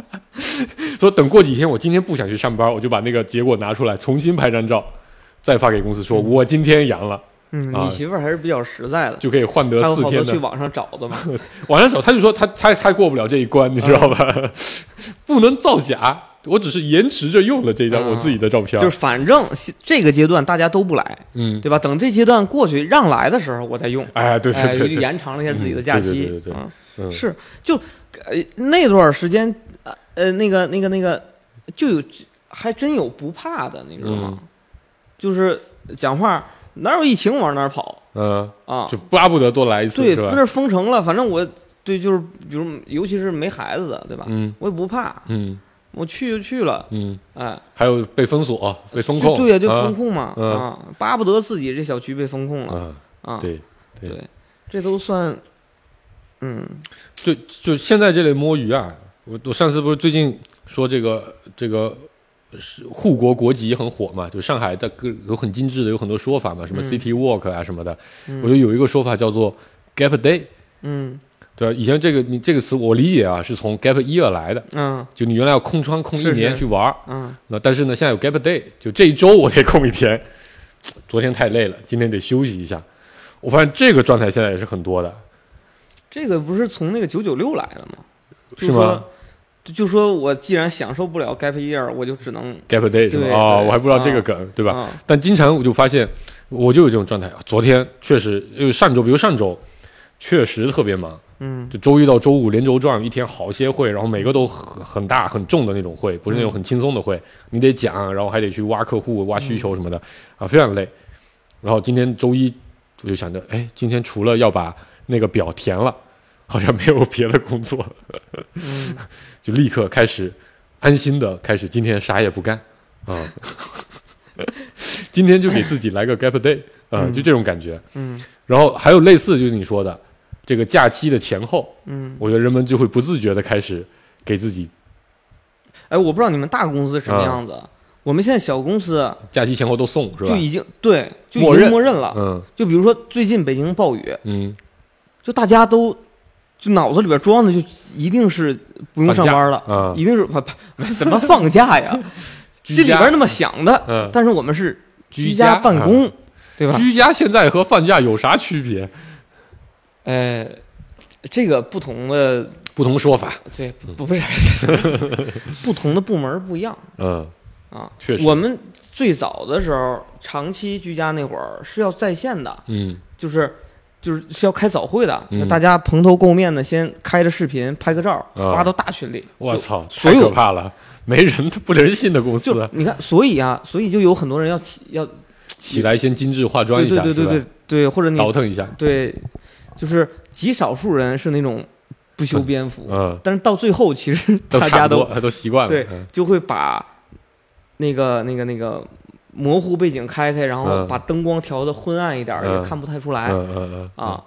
S4: 说等过几天，我今天不想去上班，我就把那个结果拿出来，重新拍张照，再发给公司说，我今天阳了，
S3: 嗯，
S4: 啊
S3: 你媳妇儿还是比较实在的，
S4: 就可以换得
S3: 还有
S4: 四
S3: 好多
S4: 天
S3: 去
S4: 的。
S3: 网上找 的嘛。
S4: 网上找他就说他他他过不了这一关，你知道吧？
S3: 嗯
S4: 不能造假，我只是延迟着用了这张
S3: 嗯
S4: 我自己的照片。
S3: 就是反正现这个阶段大家都不来，
S4: 嗯，
S3: 对吧？等这阶段过去，让来的时候我再用，
S4: 哎， 对
S3: 哎，
S4: 对
S3: 就
S4: 对对，
S3: 延长了一下自己的假期。
S4: 嗯对对对对对
S3: 啊
S4: 嗯
S3: 是就呃那段时间，呃呃，那个那个那个，就有还真有不怕的，你知道
S4: 嗯
S3: 吗？就是讲话哪有疫情往哪儿跑
S4: 嗯，
S3: 啊？
S4: 就巴不得多来一次，
S3: 对，
S4: 是
S3: 不
S4: 吧？
S3: 是封城了，反正我对，就是比如尤其是没孩子的，对吧？
S4: 嗯
S3: 我也不怕，
S4: 嗯
S3: 我去就去了，
S4: 嗯，
S3: 哎，
S4: 还有被封锁、被封
S3: 就
S4: 控，
S3: 对呀，就
S4: 啊
S3: 封控嘛，
S4: 嗯
S3: 啊，巴不得自己这小区被封控了
S4: 啊，
S3: 啊，
S4: 对对
S3: 对，这都算，嗯，
S4: 就就现在这类摸鱼啊，我我上次不是最近说这个这个是护国国籍很火嘛，就上海的各有很精致的有很多说法嘛，什么
S3: 嗯
S4: City Walk 啊什么的，
S3: 嗯
S4: 我觉得有一个说法叫做 Gap Day，
S3: 嗯
S4: 对吧？以前这个你这个词我理解啊是从 Gap Year 来的，
S3: 嗯
S4: 就你原来要空窗空一
S3: 是是
S4: 年去玩儿，
S3: 嗯
S4: 那但是呢现在有 Gap Day，就这一周我得空一天，昨天太累了，今天得休息一下。我发现这个状态现在也是很多的，
S3: 这个不是从那个九九六来的吗？就是
S4: 吗
S3: 说，就就说我既然享受不了 gap year，我就只能
S4: ？Gap Day 是吧？
S3: 对
S4: 哦，
S3: 对
S4: 我还不知道
S3: 啊
S4: 这个梗，对吧？
S3: 啊
S4: 但经常我就发现，我就有这种状态。啊昨天确实，因为上周，比如上周，确实特别忙，
S3: 嗯
S4: 就周一到周五连轴转，一天好些会，然后每个都很很大很重的那种会，不是那种很轻松的会，你得讲，然后还得去挖客户、挖需求什么的，啊，非常累。然后今天周一，我就想着，哎，今天除了要把那个表填了，好像没有别的工作了，
S3: 嗯，
S4: 就立刻开始安心的开始，今天啥也不干啊，今天就给自己来个 gap day 啊、
S3: 嗯
S4: 就这种感觉。
S3: 嗯
S4: 然后还有类似就是你说的这个假期的前后，
S3: 嗯，
S4: 我觉得人们就会不自觉的开始给自己
S3: 哎，我不知道你们大公司什么
S4: 啊
S3: 样子，我们现在小公司
S4: 假期前后都送，是吧
S3: 就？已经对就已
S4: 默认
S3: 经默认了。
S4: 嗯
S3: 就比如说最近北京暴雨，
S4: 嗯，
S3: 就大家都就脑子里边装的就一定是不用上班了，
S4: 啊
S3: 一定是不不什么放假 呀，
S4: 居
S3: 心里
S4: 家
S3: 边那么想的，
S4: 嗯
S3: 但是我们是
S4: 居
S3: 家
S4: 家嗯啊
S3: 办公，对吧？
S4: 居家现在和放假有啥区别？
S3: 呃，这个不同的
S4: 不同说法，
S3: 对不不是 不同的部门儿不一样
S4: 嗯，
S3: 啊。
S4: 确实
S3: 我们最早的时候，长期居家那会儿是要在线的，
S4: 嗯
S3: 就是就是是要开早会的，
S4: 嗯
S3: 大家蓬头垢面的，先开着视频拍个照，
S4: 啊
S3: 发到大群里。
S4: 我
S3: 就！
S4: 操，
S3: 所
S4: 太
S3: 有
S4: 可怕了，没人不人性的公
S3: 就
S4: 司，
S3: 你看，所以啊，所以就有很多人要起要
S4: 起来先精致化妆
S3: 对
S4: 一
S3: 对
S4: 下，
S3: 对对
S4: 是吧
S3: 对对，或者你
S4: 倒腾一下，
S3: 对，就是极少数人是那种不修边幅，
S4: 嗯，
S3: 但是到最后其实
S4: 都
S3: 大
S4: 差
S3: 家
S4: 不
S3: 都
S4: 多都习惯了，
S3: 对
S4: 嗯，
S3: 就会把那个那个那个模糊背景开开，然后
S4: 嗯
S3: 把灯光调的昏暗一点儿，
S4: 嗯
S3: 也看不太出来、
S4: 嗯嗯嗯
S3: 哎啊。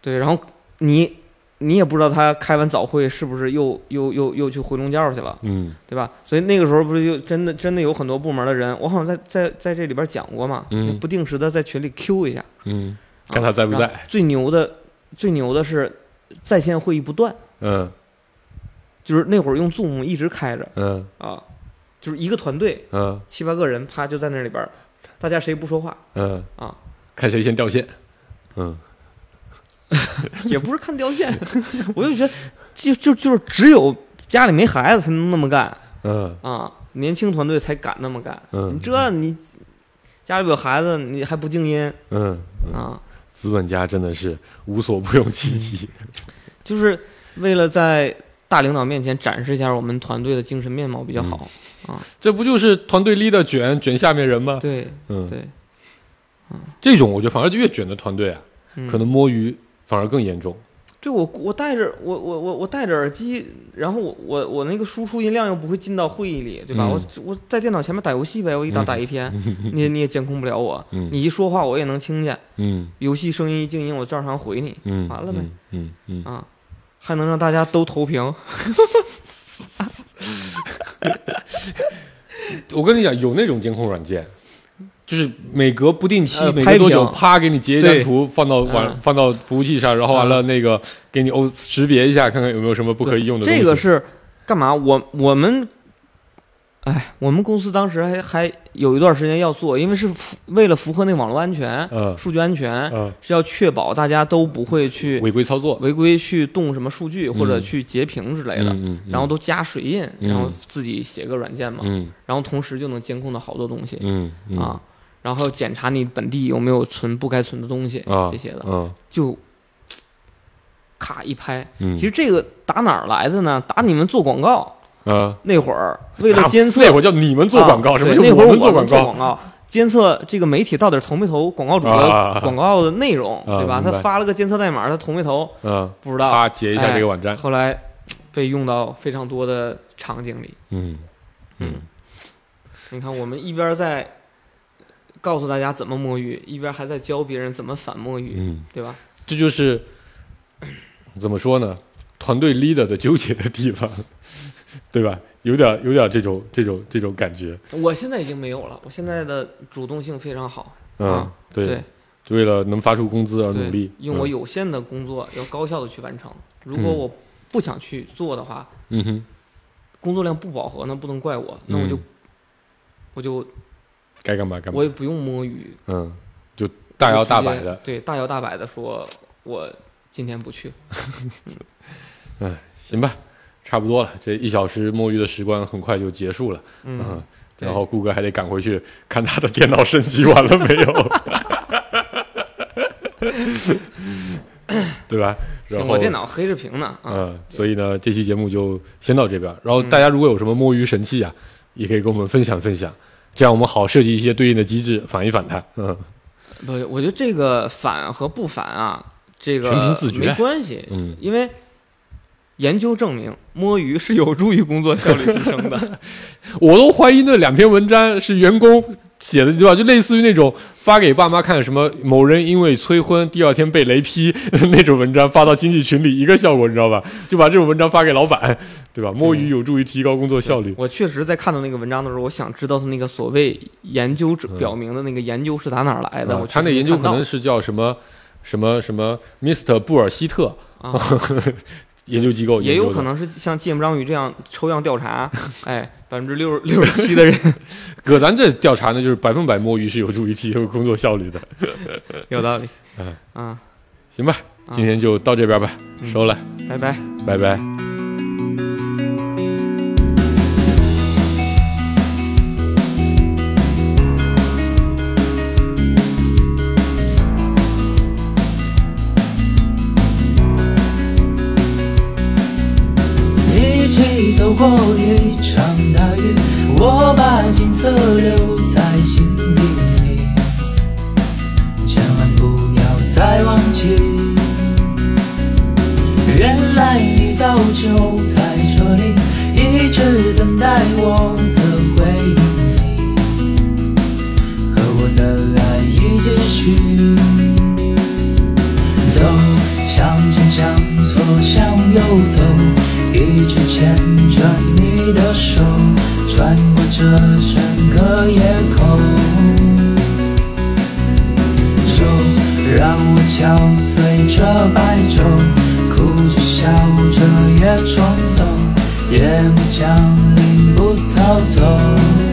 S3: 对，然后你你也不知道他开完早会是不是又又又又去回笼觉去了，
S4: 嗯
S3: 对吧？所以那个时候不是就真的真的有很多部门的人，我好像在在在这里边讲过嘛，
S4: 嗯
S3: 就不定时的在群里 Q 一下，
S4: 嗯，
S3: 啊
S4: 看他在不。
S3: 然后
S4: 在，
S3: 最牛的最牛的是在线会议不断，
S4: 嗯
S3: 就是那会儿用 Zoom 一直开着
S4: 嗯
S3: 啊，就是一个团队。
S4: 嗯
S3: 七八个人，啪就在那里边儿，大家谁不说话，
S4: 嗯
S3: 啊，
S4: 看谁先掉线，嗯
S3: 也不是看掉线， 我就觉得就就就是只有家里没孩子才能那么干
S4: 嗯
S3: 啊，年轻团队才敢那么干。
S4: 嗯
S3: 你这你家里有孩子，你还不静音
S4: 嗯，
S3: 啊？
S4: 资本家真的是无所不用其极，
S3: 嗯就是为了在大领导面前展示一下我们团队的精神面貌
S4: 嗯
S3: 比较好。
S4: 这不就是团队 leader 卷卷下面人吗？
S3: 对
S4: 嗯，
S3: 对，
S4: 这种我觉得反而越卷的团队啊，
S3: 嗯
S4: 可能摸鱼反而更严重。
S3: 对我我戴着我我我我戴着耳机，然后我我我那个输出音量又不会进到会议里，对吧？
S4: 嗯
S3: 我我在电脑前面打游戏呗，我一打打一 天，你也你也监控不了我，
S4: 嗯
S3: 你一说话我也能听见，
S4: 嗯
S3: 游戏声音一静音，我照常回你
S4: 嗯，
S3: 完了呗
S4: 嗯嗯，嗯
S3: 啊，还能让大家都投屏，
S4: 我跟你讲，有那种监控软件。就是每隔不定期
S3: 呃，
S4: 每
S3: 拍
S4: 隔多久，
S3: 屏
S4: 啪给你截一张
S3: 对
S4: 图，放到网
S3: 嗯
S4: 放到服务器上，然后完了那个给你哦识别一下，看看有没有什么不可以用的东西。
S3: 这个是干嘛？我我们，哎，我们公司当时还还有一段时间要做，因为是符为了符合那网络安全、
S4: 嗯
S3: 数据安全，
S4: 嗯
S3: 是要确保大家都不会去
S4: 违规操作
S3: 违规去动什么数据或者
S4: 嗯
S3: 去截屏之类的，
S4: 嗯嗯，
S3: 然后都加水印，
S4: 嗯
S3: 然后自己写个软件嘛，
S4: 嗯
S3: 然后同时就能监控到好多东西、
S4: 嗯嗯
S3: 啊，然后检查你本地有没有存不该存的东西、
S4: 啊
S3: 这些的，
S4: 嗯
S3: 就咔一拍。
S4: 嗯，
S3: 其实这个打哪儿来的呢？打你们做广告
S4: 啊，
S3: 那会儿，为了监测
S4: 那会儿叫你们做广告，
S3: 啊
S4: 什么
S3: 对那
S4: 叫
S3: 会儿
S4: 们
S3: 我
S4: 广
S3: 做
S4: 告？
S3: 广告，监测这个媒体到底投没投广告主的
S4: 啊
S3: 广告的内容，
S4: 啊
S3: 对吧？
S4: 明白
S3: 他发了个监测代码，他投没投
S4: 嗯，
S3: 不知道。
S4: 啪截一
S3: 哎
S4: 下这个网站，
S3: 后来被用到非常多的场景里。
S4: 嗯嗯，
S3: 你看，我们一边在告诉大家怎么摸鱼，一边还在教别人怎么反摸鱼，
S4: 嗯，
S3: 对吧？
S4: 这就是怎么说呢？团队 leader 的纠结的地方，对吧？有点有点这种这种这种感觉，
S3: 我现在已经没有了，我现在的主动性非常好。
S4: 嗯
S3: 啊，
S4: 对，为了能发出工资而
S3: 对
S4: 努力，
S3: 用我有限的工作要高效的去完成。如果
S4: 嗯
S3: 我不想去做的话，
S4: 嗯哼，
S3: 工作量不饱和，那不能怪我，那我就、
S4: 嗯
S3: 我就
S4: 该干嘛干嘛
S3: 我，也不用摸鱼，
S4: 嗯，就大摇大摆
S3: 我
S4: 的
S3: 直接，对，大摇大摆的说，我今天不去。
S4: 嗯行吧，差不多了，这一小时摸鱼的时光很快就结束了，
S3: 嗯，对
S4: 然后顾哥还得赶回去看他的电脑升级完了没 有， 对吧？然
S3: 行，
S4: 后
S3: 我电脑黑着屏呢。啊，
S4: 嗯，所以呢，这期节目就先到这边。然后大家如果有什么摸鱼神器
S3: 嗯
S4: 啊，也可以跟我们分享分享，这样我们好设计一些对应的机制反一 反它。嗯
S3: 不，我觉得这个反和不反啊，这个
S4: 全凭自觉
S3: 没关系，
S4: 嗯，
S3: 因为研究证明摸鱼是有助于工作效率提升 的。
S4: 我都怀疑那两篇文章是员工写的，对吧？就类似于那种发给爸妈看什么某人因为催婚第二天被雷劈那种文章，发到经济群里一个效果，你知道吧？就把这种文章发给老板，对
S3: 嗯
S4: 吧？摸鱼有助于提高工作效率。
S3: 我确实在看到那个文章的时候，我想知道他那个所谓研究者
S4: 嗯
S3: 表明的那个研究是打哪儿来的。
S4: 啊
S3: 哎我
S4: 他那
S3: 确实
S4: 研究
S3: 没
S4: 可
S3: 看到
S4: 能是叫什么什么什么 Mr. 布尔希特
S3: 啊，
S4: 研究机构
S3: 也
S4: 哦研究
S3: 有
S4: 的
S3: 可能是像芥末章鱼这样抽样调 查，哎，百分之六六十七的人
S4: 搁咱这调查呢，就是百分百摸鱼是有助于提升工作效率的，
S3: 有道理
S4: 嗯。
S3: 啊，
S4: 行吧？今天就到这边吧，
S3: 嗯
S4: 收了，
S3: 拜拜。
S4: 拜拜。
S2: 一起走过一场大雨，我把景色留在心底里，千万不要再忘记。原来你早就在这里，一直等待我的回应你，和我的爱已继续。走，向前向左向右走，一直牵着你的手，穿过这整个夜空。就让我敲碎这白昼，哭着笑着也冲动，夜幕降临不逃走。